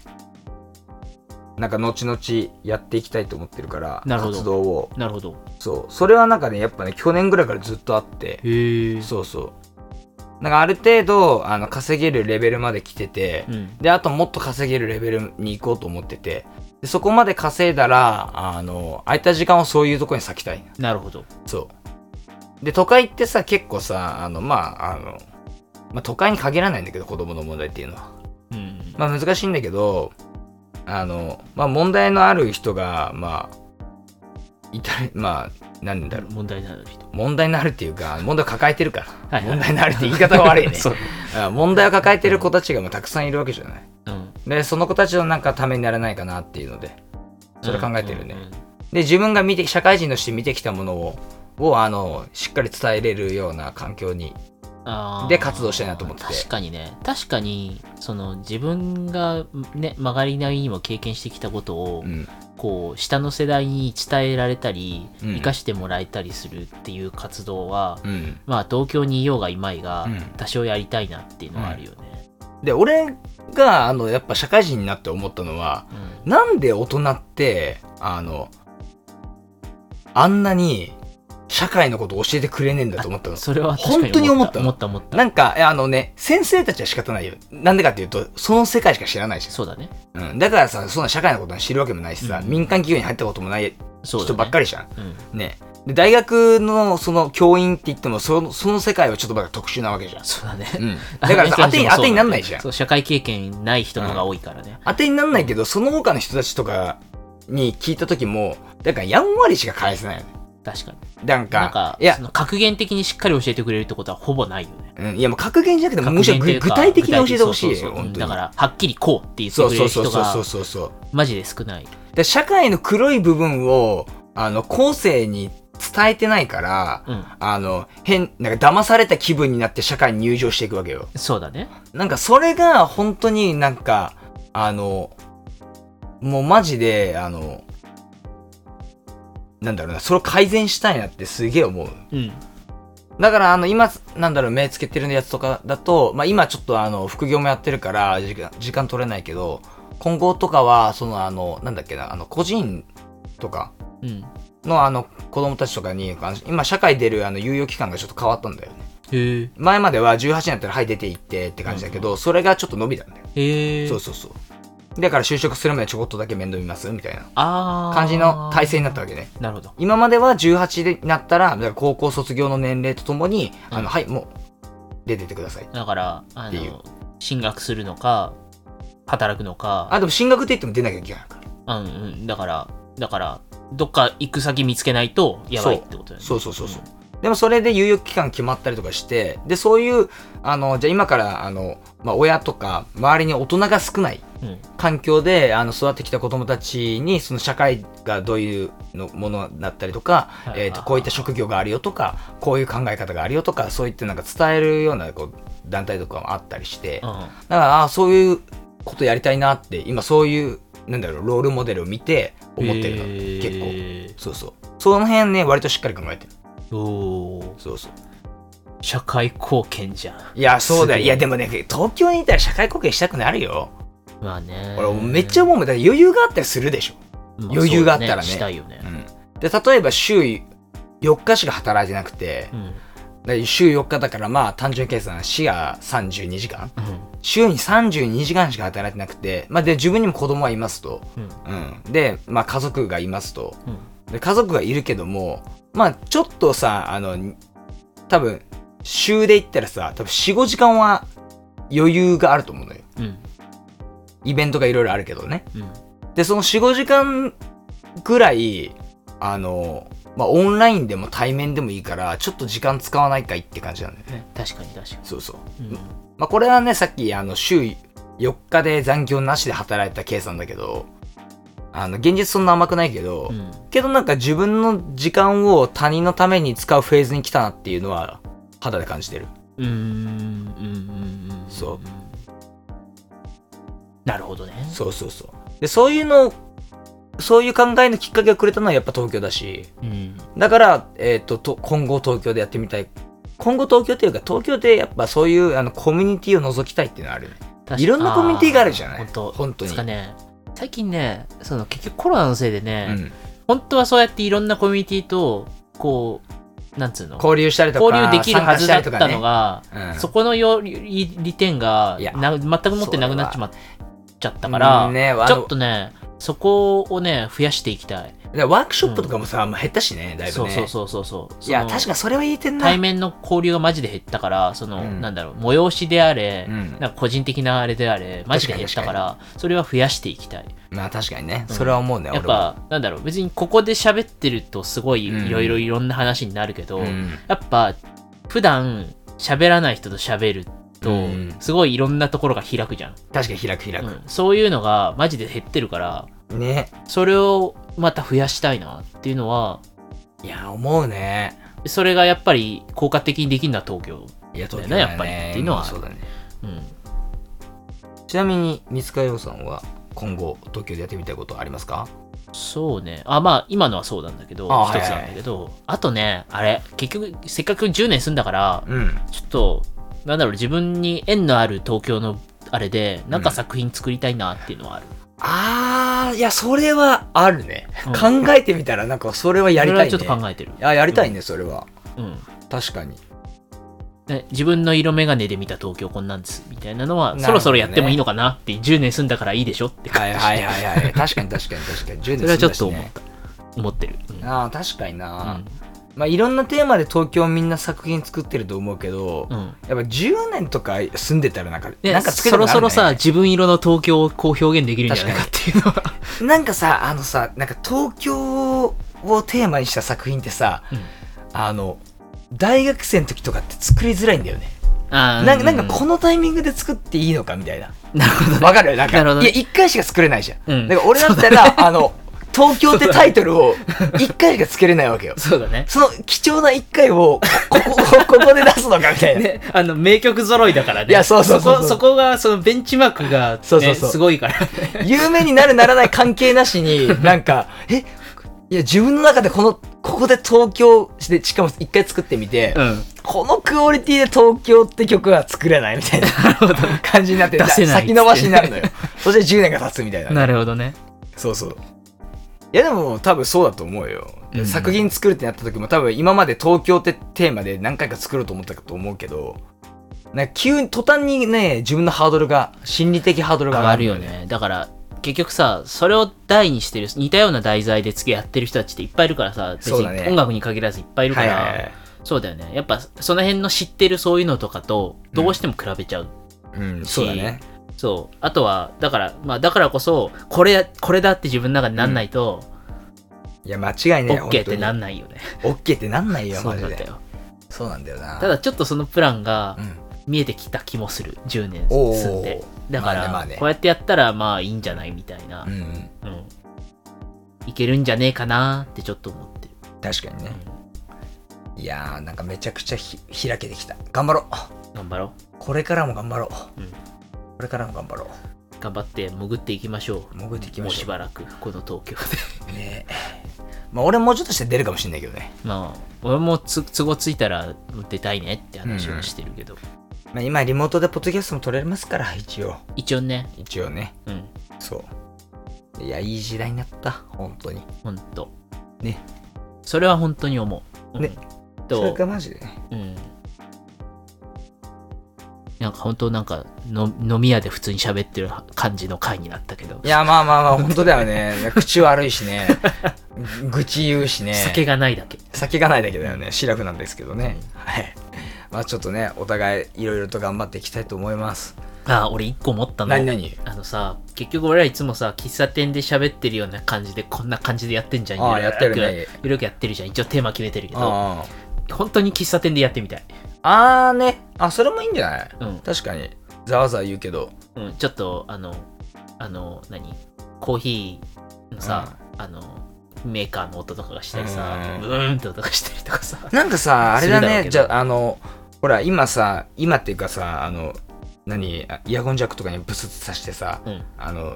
S3: なんか後々やっていきたいと思ってるから、
S4: なるほど
S3: 活動を。
S4: なるほど。
S3: そう。それはなんかね、やっぱね、去年ぐらいからずっとあって、
S4: へえ。
S3: そうそう。なんかある程度、あの、稼げるレベルまで来てて、
S4: うん。
S3: で、あともっと稼げるレベルに行こうと思ってて、でそこまで稼いだら、あの、空いた時間をそういうとこに割きたいな。
S4: なるほど。
S3: そう。で、都会ってさ、結構さ、あの、まあ、あの、まあ、都会に限らないんだけど、子供の問題っていうのは。
S4: うん。
S3: まあ難しいんだけど、あの、まあ問題のある人が、まあ、いた、まあ、なんだろう、
S4: 問題になる人。
S3: 問題のあるっていうか、問題を抱えてるから。
S4: はいはい
S3: 問題の *laughs* あるって言い方が悪いね。*laughs*
S4: *laughs* そう。
S3: あ問題を抱えてる子たちがまあたくさんいるわけじゃない。
S4: うん。
S3: で、その子たちのなんかためにならないかなっていうので、それ考えてるね。
S4: うんうんうん
S3: で、自分が見て、社会人として見てきたものを、をあのしっかり伝えれるような環境に
S4: あー
S3: で活動したいなと思ってて
S4: 確かにね確かにその自分がね曲がりなりにも経験してきたことを、
S3: うん
S4: こう下の世代に伝えられたり
S3: うん
S4: 生かしてもらえたりするっていう活動は、
S3: うん
S4: まあ東京にいようがいまいが、
S3: うん
S4: 多少やりたいなっていうのはあるよね、
S3: で俺があのやっぱ社会人になって思ったのは
S4: うん
S3: なんで大人って、あの、あんなに社会のこと教えてくれねえんだと思ったの。
S4: それは確か
S3: 本当に思った
S4: 思った思った
S3: なんか、えあのね、先生たちは仕方ないよ。なんでかっていうと、その世界しか知らないじ
S4: そうだね
S3: ゃん。うん。だからさ、そんな社会のことは知るわけもないしさ、
S4: うん
S3: 民間企業に入ったこともない
S4: そうだ、ね、
S3: 人ばっか
S4: り、
S3: りじゃん。ね。で、大学のその教員って言っても、その、その世界はちょっとまだ特殊なわけじゃん。
S4: そうだね
S3: うん。だ
S4: *laughs*
S3: からさ、当てに、当てになんないじゃん
S4: そ。う社会経験ない人の方が多いからね、
S3: 当てになんないけど、その他の人たちとかに聞いた時も、だからやんわりしか返せないよね。
S4: 確かに。
S3: なんか、
S4: なんか、
S3: いや
S4: そ、の格言的にしっかり教えてくれるってことはほぼないよね。
S3: うん、いやもう格言じゃなくても、むしろ
S4: 格言
S3: 具
S4: と
S3: 具
S4: いうか
S3: 体的に教えてほしい
S4: 具体的そ
S3: よ、
S4: うそうそう
S3: 本当に。
S4: だから、はっきりこうって言って
S3: そう
S4: くれ
S3: そ
S4: る
S3: うそう
S4: 人
S3: そう
S4: が、
S3: そうそう。
S4: マジで少ない。
S3: で社会の黒い部分を、あの、後世に伝えてないから、
S4: うん。
S3: あの、変、なんか騙された気分になって社会に入場していくわけよ。
S4: そうだね。
S3: なんかそれが本当になんか、あの、もうマジで、あの、なんだろうな、それを改善したいなってすげえ思う。
S4: うん。
S3: だから、あの、今、なんだろう、目つけてるやつとかだと、まあ今ちょっとあの、副業もやってるから、時間、時間取れないけど、今後とかは、そのあの、なんだっけな、あの、個人とか
S4: うん。
S3: のあの、子供たちとかに、あの今社会出るあの、猶予期間がちょっと変わったんだよね。
S4: へえ。
S3: 前までは18になったら、はい、出て行ってって感じだけど、それがちょっと伸びたんだよ。
S4: へえ。
S3: そうそうそう。だから就職するまでちょこっとだけ面倒見ますみたいな
S4: ああ。
S3: 感じの体制になったわけね。
S4: なるほど。
S3: 今までは18になったら、だから高校卒業の年齢とともに、あ
S4: うん
S3: の、はい、もう、出てってください。
S4: だから、あ
S3: っていう
S4: の、進学するのか、働くのか、
S3: あ、でも進学って言っても出なきゃいけないから。
S4: うんうん、だから、だから、どっか行く先見つけないとやばいってことだよね。
S3: そうそうそうそう。でもそれで有予期間決まったりとかして、で、そういう、あの、じゃあ今から、あの、まあ、親とか、周りに大人が少ない
S4: うん。
S3: 環境であの育ってきた子供たちにその社会がどういうのものだったりとか、
S4: はいはいはい
S3: えー、とこういった職業があるよとかこういう考え方があるよとかそういったなんか伝えるようなこう団体とかもあったりして、
S4: う
S3: だか
S4: ん。うん
S3: らあーそういうことやりたいなって今そういうなんだろうロールモデルを見て思ってるの、結構
S4: 結
S3: そうそうその辺ね割としっかり考えてる
S4: 構。おー
S3: そうそう
S4: 社会貢献じゃん。
S3: いやそうだよ
S4: すげえ
S3: いやでもね東京にいたら社会貢献したくなるよ
S4: まあね。
S3: 俺めっちゃ思うもんだって余裕があったりするでしょ
S4: まあ
S3: 余裕があったらね
S4: そうだしたいよね。
S3: で例えば週4日しか働いてなくて
S4: うん。うん。
S3: で週4日だからまあ単純計算4が32時間週に32時間しか働いてなくて、まあ、で自分にも子供はいますと、
S4: うん。
S3: うん、で、まあ、家族がいますと
S4: うん。
S3: で家族がいるけどもまあちょっとさあの多分週で言ったらさ多分45時間は余裕があると思うのよ
S4: うん。
S3: イベントがいろいろあるけどね
S4: うん。
S3: で、その4、5時間ぐらい、あの、まあ、オンラインでも対面でもいいから、ちょっと時間使わないかいって感じなんだよね。
S4: 確かに確かに。
S3: そうそう。
S4: うん。
S3: まあ、これはね、さっき、あの、週4日で残業なしで働いた計算だけど、あの、現実そんな甘くないけど、
S4: うん
S3: けどなんか自分の時間を他人のために使うフェーズに来たなっていうのは、肌で感じてる。
S4: うーん。うん。うん。
S3: そう。
S4: なるほどね。
S3: そうそうそう。で、そういうのを、そういう考えのきっかけをくれたのはやっぱ東京だし、
S4: うん。
S3: だから、えっとと今後東京でやってみたい今後東京っていうか東京でやっぱそういうあのコミュニティを覗きたいっていうのはあるよね
S4: 確か
S3: いろんなコミュニティがあるじゃない
S4: 本当
S3: 本当に
S4: つかね、最近ね、その結局コロナのせいでね、
S3: うん、
S4: 本当はそうやっていろんなコミュニティと、こう、なんつうの、
S3: 交流したりとか
S4: 交流できるはずだっ
S3: 参
S4: た
S3: 加したり
S4: の
S3: とか
S4: が、
S3: ねうん
S4: そこのより利点が
S3: いや
S4: な全く持ってなくなっちまっちゃったから、
S3: うんねあの
S4: ちょっとね、そこをね、増やしていきたい。
S3: でワークショップとかもさ、もう減ったしねだいぶね
S4: そうそうそうそうそう。
S3: や
S4: その
S3: 確かそれは言えてんな
S4: 対面の交流がマジで減ったから、その、
S3: うん
S4: なんだろう、催しであれ、
S3: うん
S4: なんか個人的なあれであれ、マジで減ったから、それは増やしていきたい。
S3: まあ確かにね、
S4: うん
S3: それは思うね
S4: やっ
S3: 俺は
S4: ぱ、なんだろう、別にここで喋ってると、すごい
S3: うん
S4: いろいろいろんな話になるけど、
S3: うん
S4: やっぱ、普段喋らない人と喋ると、
S3: うん
S4: すごいいろんなところが開くじゃん,
S3: 確かに開く開
S4: う
S3: く、
S4: ん、そういうのがマジで減ってるから、
S3: ね
S4: それをまた増やしたいなっていうのは、
S3: いや思うね
S4: それがやっぱり効果的にできるのは東京。
S3: いや東京
S4: だ
S3: だよね
S4: よねやっぱりっていうのは
S3: そうだね
S4: うん。
S3: ちなみに三塚洋さんは今後東京でやってみたいことありますか
S4: そうね。あ、まあ、今のはそうなんだけど、
S3: あは
S4: 一
S3: いはい
S4: つなんだけど、あとね、あれ、結局、せっかく10年住んだから、
S3: うん
S4: ちょっと、なんだろう、自分に縁のある東京のあれで、なんか作品作りたいなっていうのはある。
S3: あー、いや、それはあるね。
S4: うん
S3: 考えてみたら、なんかそれはやりたいね。
S4: それはちょっと考えてる。
S3: あやりたいね、それは。
S4: うん。
S3: 確かに。
S4: ね自分の色眼鏡で見た東京こんなんです、みたいなの
S3: なるほ
S4: は、
S3: どね
S4: そろそろやってもいいのかなって、10年住んだからいいでしょって
S3: は
S4: 感
S3: い
S4: じ。
S3: はいはい
S4: *laughs*
S3: はい。確かに確かに確かに。10年
S4: それはちょっと
S3: 住んだ
S4: 思っ。
S3: した
S4: 思ってる。うん
S3: ね。ああ、確かにな。
S4: うん
S3: まあ、いろんなテーマで東京みんな作品作ってると思うけど、
S4: うん
S3: やっぱ10年とか住んでたらなんか、
S4: で
S3: なんか作
S4: そ
S3: れる
S4: ろ
S3: のあ
S4: そ
S3: るね
S4: ろさ、自分色の東京をこう表現できるんじゃないかっていうのは
S3: なんかさ、あのさ、なんか東京をテーマにした作品ってさ、
S4: うん
S3: あの、大学生の時とかって作りづらいんだよね。
S4: *laughs* あー
S3: なんかなんか
S4: う
S3: このタイミングで作っていいのかみたいな。
S4: なるほど
S3: わかるなんか、
S4: なるほど
S3: い
S4: ね
S3: や、一回しか作れないじゃん。
S4: うん
S3: だから俺だったら、あの、東京ってタイトルを一回しかつけれないわけよ。
S4: そうだね
S3: その貴重な一回を、ここ、ここで出すのかみたいな。
S4: ね、あの名曲揃いだからね
S3: いやそうそうそうそう
S4: こそこがそのベンチマークが、ね、
S3: そうそうそう
S4: すごいからね
S3: 有名になるならない関係なし
S4: *laughs*
S3: に、なんか、え、いや、自分の中でこの、ここで東京して、しかも一回作ってみて、
S4: *laughs* うん
S3: このクオリティで東京って曲は作れないみたいな感じになって、
S4: 出せない
S3: 先延ばしになるのよ。そして10年が経つみたいな。
S4: なるほどね
S3: そうそう。いやでも多分そうだと思うよ、
S4: うん
S3: 作品作るってなった時も多分今まで東京ってテーマで何回か作ろうと思ったと思うけど、なんか急に途端にね、自分のハードルが、心理的ハードルが上
S4: 上が
S3: が
S4: る
S3: る
S4: よ。ねだから結局さそれを題にしてる似たような題材で次やってる人たちっていっぱいいるからさ別
S3: そうだね
S4: に音楽に限らずいっぱいいるか
S3: はい
S4: ら、
S3: はいはい。
S4: そうだよねやっぱその辺の知ってるそういうのとかとどうしても比べちゃう、
S3: うん、そうだね。
S4: そうあとはだからまあだからこそこれこれだって自分の中になんないと、
S3: いや、間違いねえ。
S4: OK ってなん
S3: ない。
S4: ないよね
S3: OK ってなんないよ、
S4: そ
S3: マ
S4: う
S3: ジ
S4: なんだ
S3: で。
S4: よ
S3: そうなんだよな。
S4: た、だちょっとそのプランが、
S3: うん。
S4: 見えてきた気もする10年
S3: お
S4: 住んで
S3: ー。
S4: だか
S3: まあ
S4: ら、
S3: ねまあね
S4: こうやってやったらまあいいんじゃないみたいな、
S3: うんうん、
S4: うんいけるんじゃねえかなってちょっと思ってる、
S3: 確かに
S4: う
S3: ね。
S4: ん
S3: いやー、なんかめちゃくちゃひ開けてきた。頑張ろう。
S4: 頑張ろ
S3: これからも頑張ろう。
S4: うん
S3: これからも頑張ろう。
S4: う頑張って潜っていきましょう
S3: 潜っていきま
S4: もう
S3: し
S4: し
S3: ょ
S4: ばらくこの東京で *laughs*
S3: う。ねまあ、俺もうちょっとして出るかもしれないけどね。
S4: まあ俺もつ都合ついたら出たいねって話をしてるけど、
S3: まあ、今、リモートでポッドキャストも撮れますから、一応。
S4: 一応ね
S3: 一応ね。
S4: うん
S3: そう。いや、いい時代になった。本当に。
S4: ほんと
S3: ね
S4: それは本当に思う、うん
S3: ねそれ
S4: と
S3: がマジでね。
S4: うんなんか本当なんかの飲み屋で普通に喋ってる感じの回になったけど
S3: いや、まあまあまあ、本当だよね。口悪いしね。 *laughs* 愚痴言うしね。
S4: 酒がないだけ
S3: 酒がないだけだよね。シラフなんですけどね。はい。まあちょっとね、お互いいろいろと頑張っていきたいと思います。
S4: ああ俺一個思ったの
S3: 何々
S4: あのさ結局俺らいつもさ喫茶店で喋ってるような感じでこんな感じでやってんじゃん
S3: ああ
S4: ゆるく
S3: やってるね
S4: ゆるくやってるじゃん一応テーマ決めてるけど
S3: あ
S4: 本当に喫茶店でやってみたい
S3: あーね。あ、それもいいんじゃない
S4: うん、
S3: 確かに。ざわざわ言うけど。
S4: うん、ちょっとあのあの何コーヒーのさ、あのメーカーの音とかがしたりさ
S3: うん
S4: ブーンって音がしたりとかさ
S3: なんかさ、あれだ
S4: するだろう
S3: ね。
S4: けど
S3: じゃあ、あの、ほら、今さ、今っていうかさ、あの、何、あイヤホンジャックとかにブスッとさしてさ、
S4: うん
S3: あの、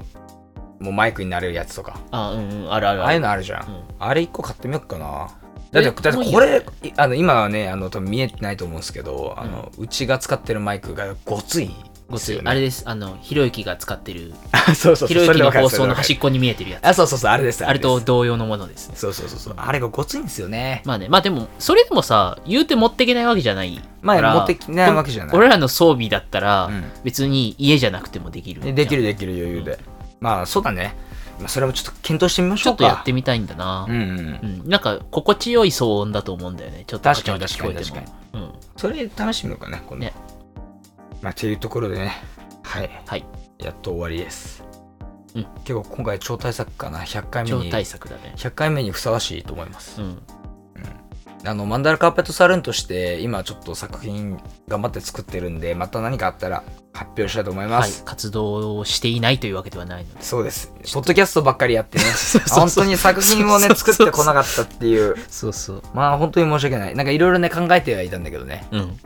S3: もうマイクになれるやつとか。
S4: あうんうんあるある
S3: ああいう
S4: る
S3: のあるじゃん。
S4: うん
S3: あれ一個買ってみよっかな。だ
S4: え
S3: って、だって
S4: もういい
S3: こ
S4: よ
S3: れ、いあの今はね、あの多分見えてないと思うんですけど、あのうちが使ってるマイクがごついん
S4: ご
S3: で
S4: つ
S3: す
S4: い
S3: よ、ね。
S4: あ
S3: *laughs*
S4: れですあのひろゆきが使ってる
S3: あそうそうそう。
S4: ひろゆ
S3: それ
S4: き
S3: で
S4: の
S3: わかる
S4: 放送の。
S3: それで
S4: 端っこに見えてるや
S3: わ
S4: つ
S3: かるあ、そうそうそう、あれです。
S4: あれと
S3: です
S4: 同様のものですね
S3: そうそうそうそう。あれがごついんですよね。
S4: まあね、まあでも、それでもさ、言うて持ってけないわけじゃない
S3: ま
S4: から
S3: あ、持ってきないわけじゃない。
S4: 俺らの装備だったら、
S3: うん
S4: 別に家じゃなくてもできるじゃん。
S3: できるできる余裕で。まあ、そうだね。まあ、それもちょっと検討してみまし
S4: ち
S3: ょ
S4: ょ
S3: う
S4: っ
S3: か。
S4: とやってみたいんだな。
S3: うんうん
S4: う。ん、なんか、心地よい騒音だと思うんだよね。ちょっと
S3: 確かに
S4: カチャカチャ聞こえ
S3: 確
S4: ても。うん。
S3: それ試してみようかね、今度。
S4: ね
S3: まあ、というところでね、はい。
S4: はい。
S3: やっと終わりです。
S4: うん
S3: 結構今回超大作かな、100回目
S4: 超
S3: に。
S4: 対策だね。
S3: 100回目にふさわしいと思います。
S4: うん。
S3: あの、マンダラカーペットサルーンとして、今ちょっと作品頑張って作ってるんで、また何かあったら発表したいと思いま
S4: はい
S3: す。。
S4: 活動をしていないというわけで
S3: *laughs*
S4: はないので。
S3: そうです。ポッドキャストばっかりやってね。
S4: そう
S3: 本当に作品をね、
S4: そうそう
S3: 作ってこなかったっていう。
S4: そうそう。
S3: まあ本当に申し訳ない。なんかいろいろね、考えてはいたんだけどね。
S4: うん。
S3: うん、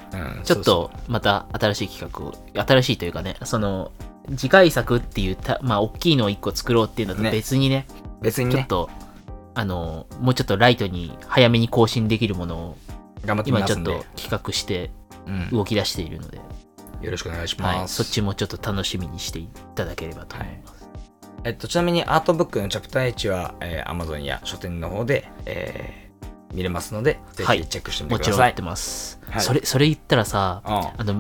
S4: ちょっと、また新しい企画を、新しいというかね、その、次回作っていうた、まあ、大きいのを一個作ろうっていうのと
S3: ね
S4: 別にね
S3: 別に
S4: ちょっ
S3: ね、
S4: と、あの、もうちょっとライトに早めに更新できるものを、
S3: 頑張ってみ
S4: 今
S3: ま
S4: ち
S3: す
S4: ょっ
S3: んで
S4: と、企画して
S3: うん、
S4: 動き出しているので、
S3: よろしくお願いし
S4: はい、
S3: ます。
S4: そっちもちょっと楽しみにしていただければと思います。
S3: えっと、ちなみにアートブックのチャプター1は、えー、Amazon や書店の方で、えー見れますので、ぜ
S4: はい
S3: ひチェックしてみて
S4: も
S3: く
S4: ち
S3: だ
S4: ろん
S3: さ
S4: やっ
S3: い。
S4: てます。
S3: はい
S4: それ、それ言ったらさ、あの、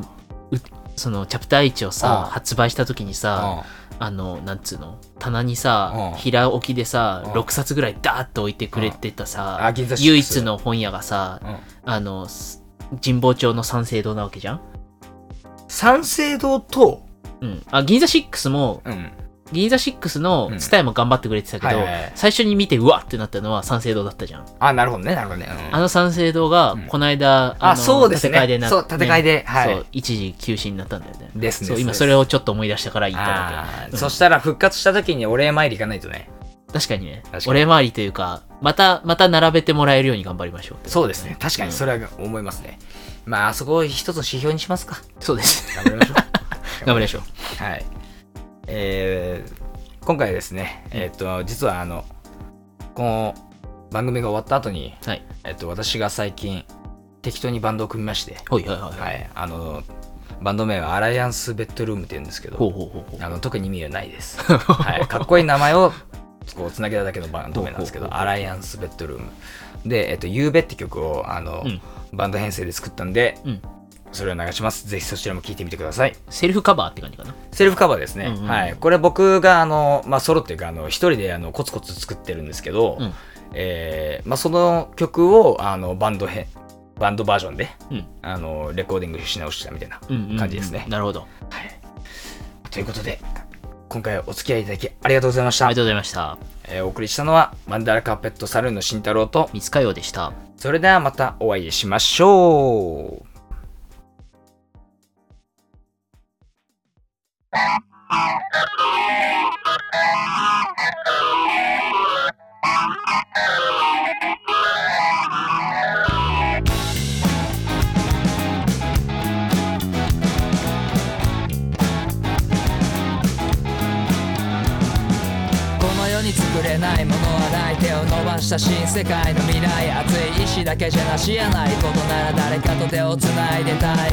S4: うそのチャプター1をさ、
S3: うん
S4: 発売した時にさ、あの、なんつうの、棚にさ、
S3: うん
S4: 平置きでさ、
S3: うん
S4: 6冊ぐらいダーッと置いてくれてた
S3: うんあ
S4: さ、
S3: 銀座シックス
S4: 唯一の本屋がさ
S3: う、んうん
S4: あの、す神保町の三省堂なわけじゃん
S3: 三省堂と、
S4: うん。あ、銀座6も
S3: うん、
S4: ギーザ6の
S3: うん
S4: 伝えも頑張ってくれてたけど、
S3: はいはいはい
S4: 最初に見てうわってなったのは三省堂だったじゃん
S3: あ、なるほどね、なるほどね。うん
S4: あの三省堂が
S3: うん
S4: この間、
S3: あ
S4: の
S3: そうですね
S4: 建て替えでな
S3: そう建て替えではい
S4: そう一時休止になったんだよね
S3: ですね
S4: そう
S3: です
S4: 今それをちょっと思い出したから言っただ
S3: あ
S4: け、
S3: ー
S4: うん
S3: そしたら復活した時にお礼参り行かないとね。
S4: 確かにね
S3: 確かに
S4: お礼回りというかまたまた並べてもらえるように頑張りましょうって
S3: そうですね。確かにそれは思いますね。まあ、あそこを一つの指標にしますか。
S4: そうです
S3: 頑張りましょう。
S4: 頑張りましょ
S3: *laughs*
S4: う
S3: はい。えー今回ですね、えっ、と、実はあの、この番組が終わった後に、
S4: はい
S3: えっ、と、私が最近、適当にバンドを組みまして、
S4: ほいはいはい、、
S3: はいい、あの、バンド名はアライアンスベッドルームって言うんですけ
S4: ほう
S3: ど、
S4: ほうほうほう
S3: あの特に意味はない
S4: *laughs*
S3: です。はい、かっこいい名前をこうつなげただけのバンド名なんですけ
S4: ほう
S3: ど、
S4: ほうほう
S3: アライアンスベッドルーム。で、えっと、ゆうべって曲をあの、
S4: うん
S3: バンド編成で作ったんで、
S4: うん
S3: それを流します。ぜひそちらも聴いてみてください。
S4: セルフカバーって感じかな
S3: セルフカバーですね。
S4: うんうん
S3: はい。これ僕が、あの、まあ、ソロっていうか、あの、一人で、あの、コツコツ作ってるんですけど、
S4: うん
S3: えーまあ、その曲を、あの、バンド編、バンドバージョンで、
S4: うん
S3: あの、レコーディングし直したみたいな。
S4: うんうんうん
S3: 感じですね
S4: なるほど
S3: はい。ということで、今回はお付き合いいただきありがとうございまし
S4: あ
S3: た
S4: りが。とうございました
S3: えーお送りしたのは、マンダラカーペットサルーンの慎太郎と、
S4: 三塚洋でした
S3: それではまたお会いしましょう。
S1: この世に作れないものはない手を伸ばした新世界の未来熱い意志だけじゃなしやないことなら誰かと手をつないでたい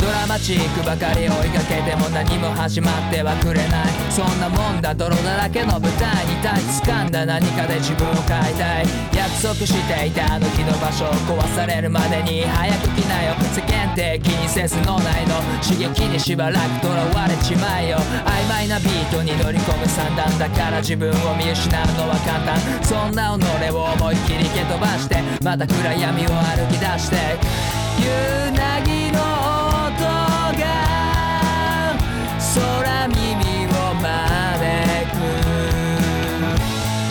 S1: ドラマチックばかり追いかけても何も始まってはくれないそんなもんだ泥だらけの舞台に立ち掴んだ何かで自分を変えたい約束していたあの日の場所壊されるまでに早く来なよ世間的にせず脳内の刺激にしばらくとらわれちまえよ曖昧なビートに乗り込む算段だから自分を見失うのは簡単そんな己を思いっきり蹴飛ばしてまた暗闇を歩き出して夕凪の音が空耳を招く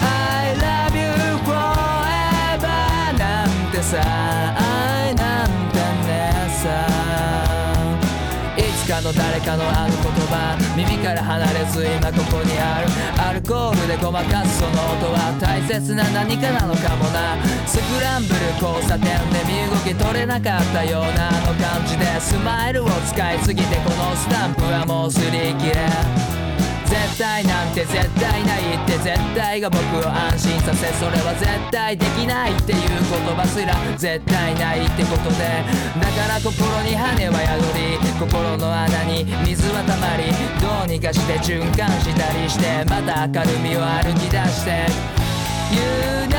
S1: I love you forever なんてさ愛なんてねさいつかの誰かのある言葉耳から離れず今ここにあるアルコールでごまかすその音は大切な何かなのかもなスクランブル交差点で身動き取れなかったようなあの感じでスマイルを使いすぎてこのスタンプはもうすり切れ絶対なんて絶対ないって絶対が僕を安心させそれは絶対できないっていう言葉すら絶対ないってことでだから心に羽は宿り心の穴に水はたまりどうにかして循環したりしてまた明るみを歩き出して夕凪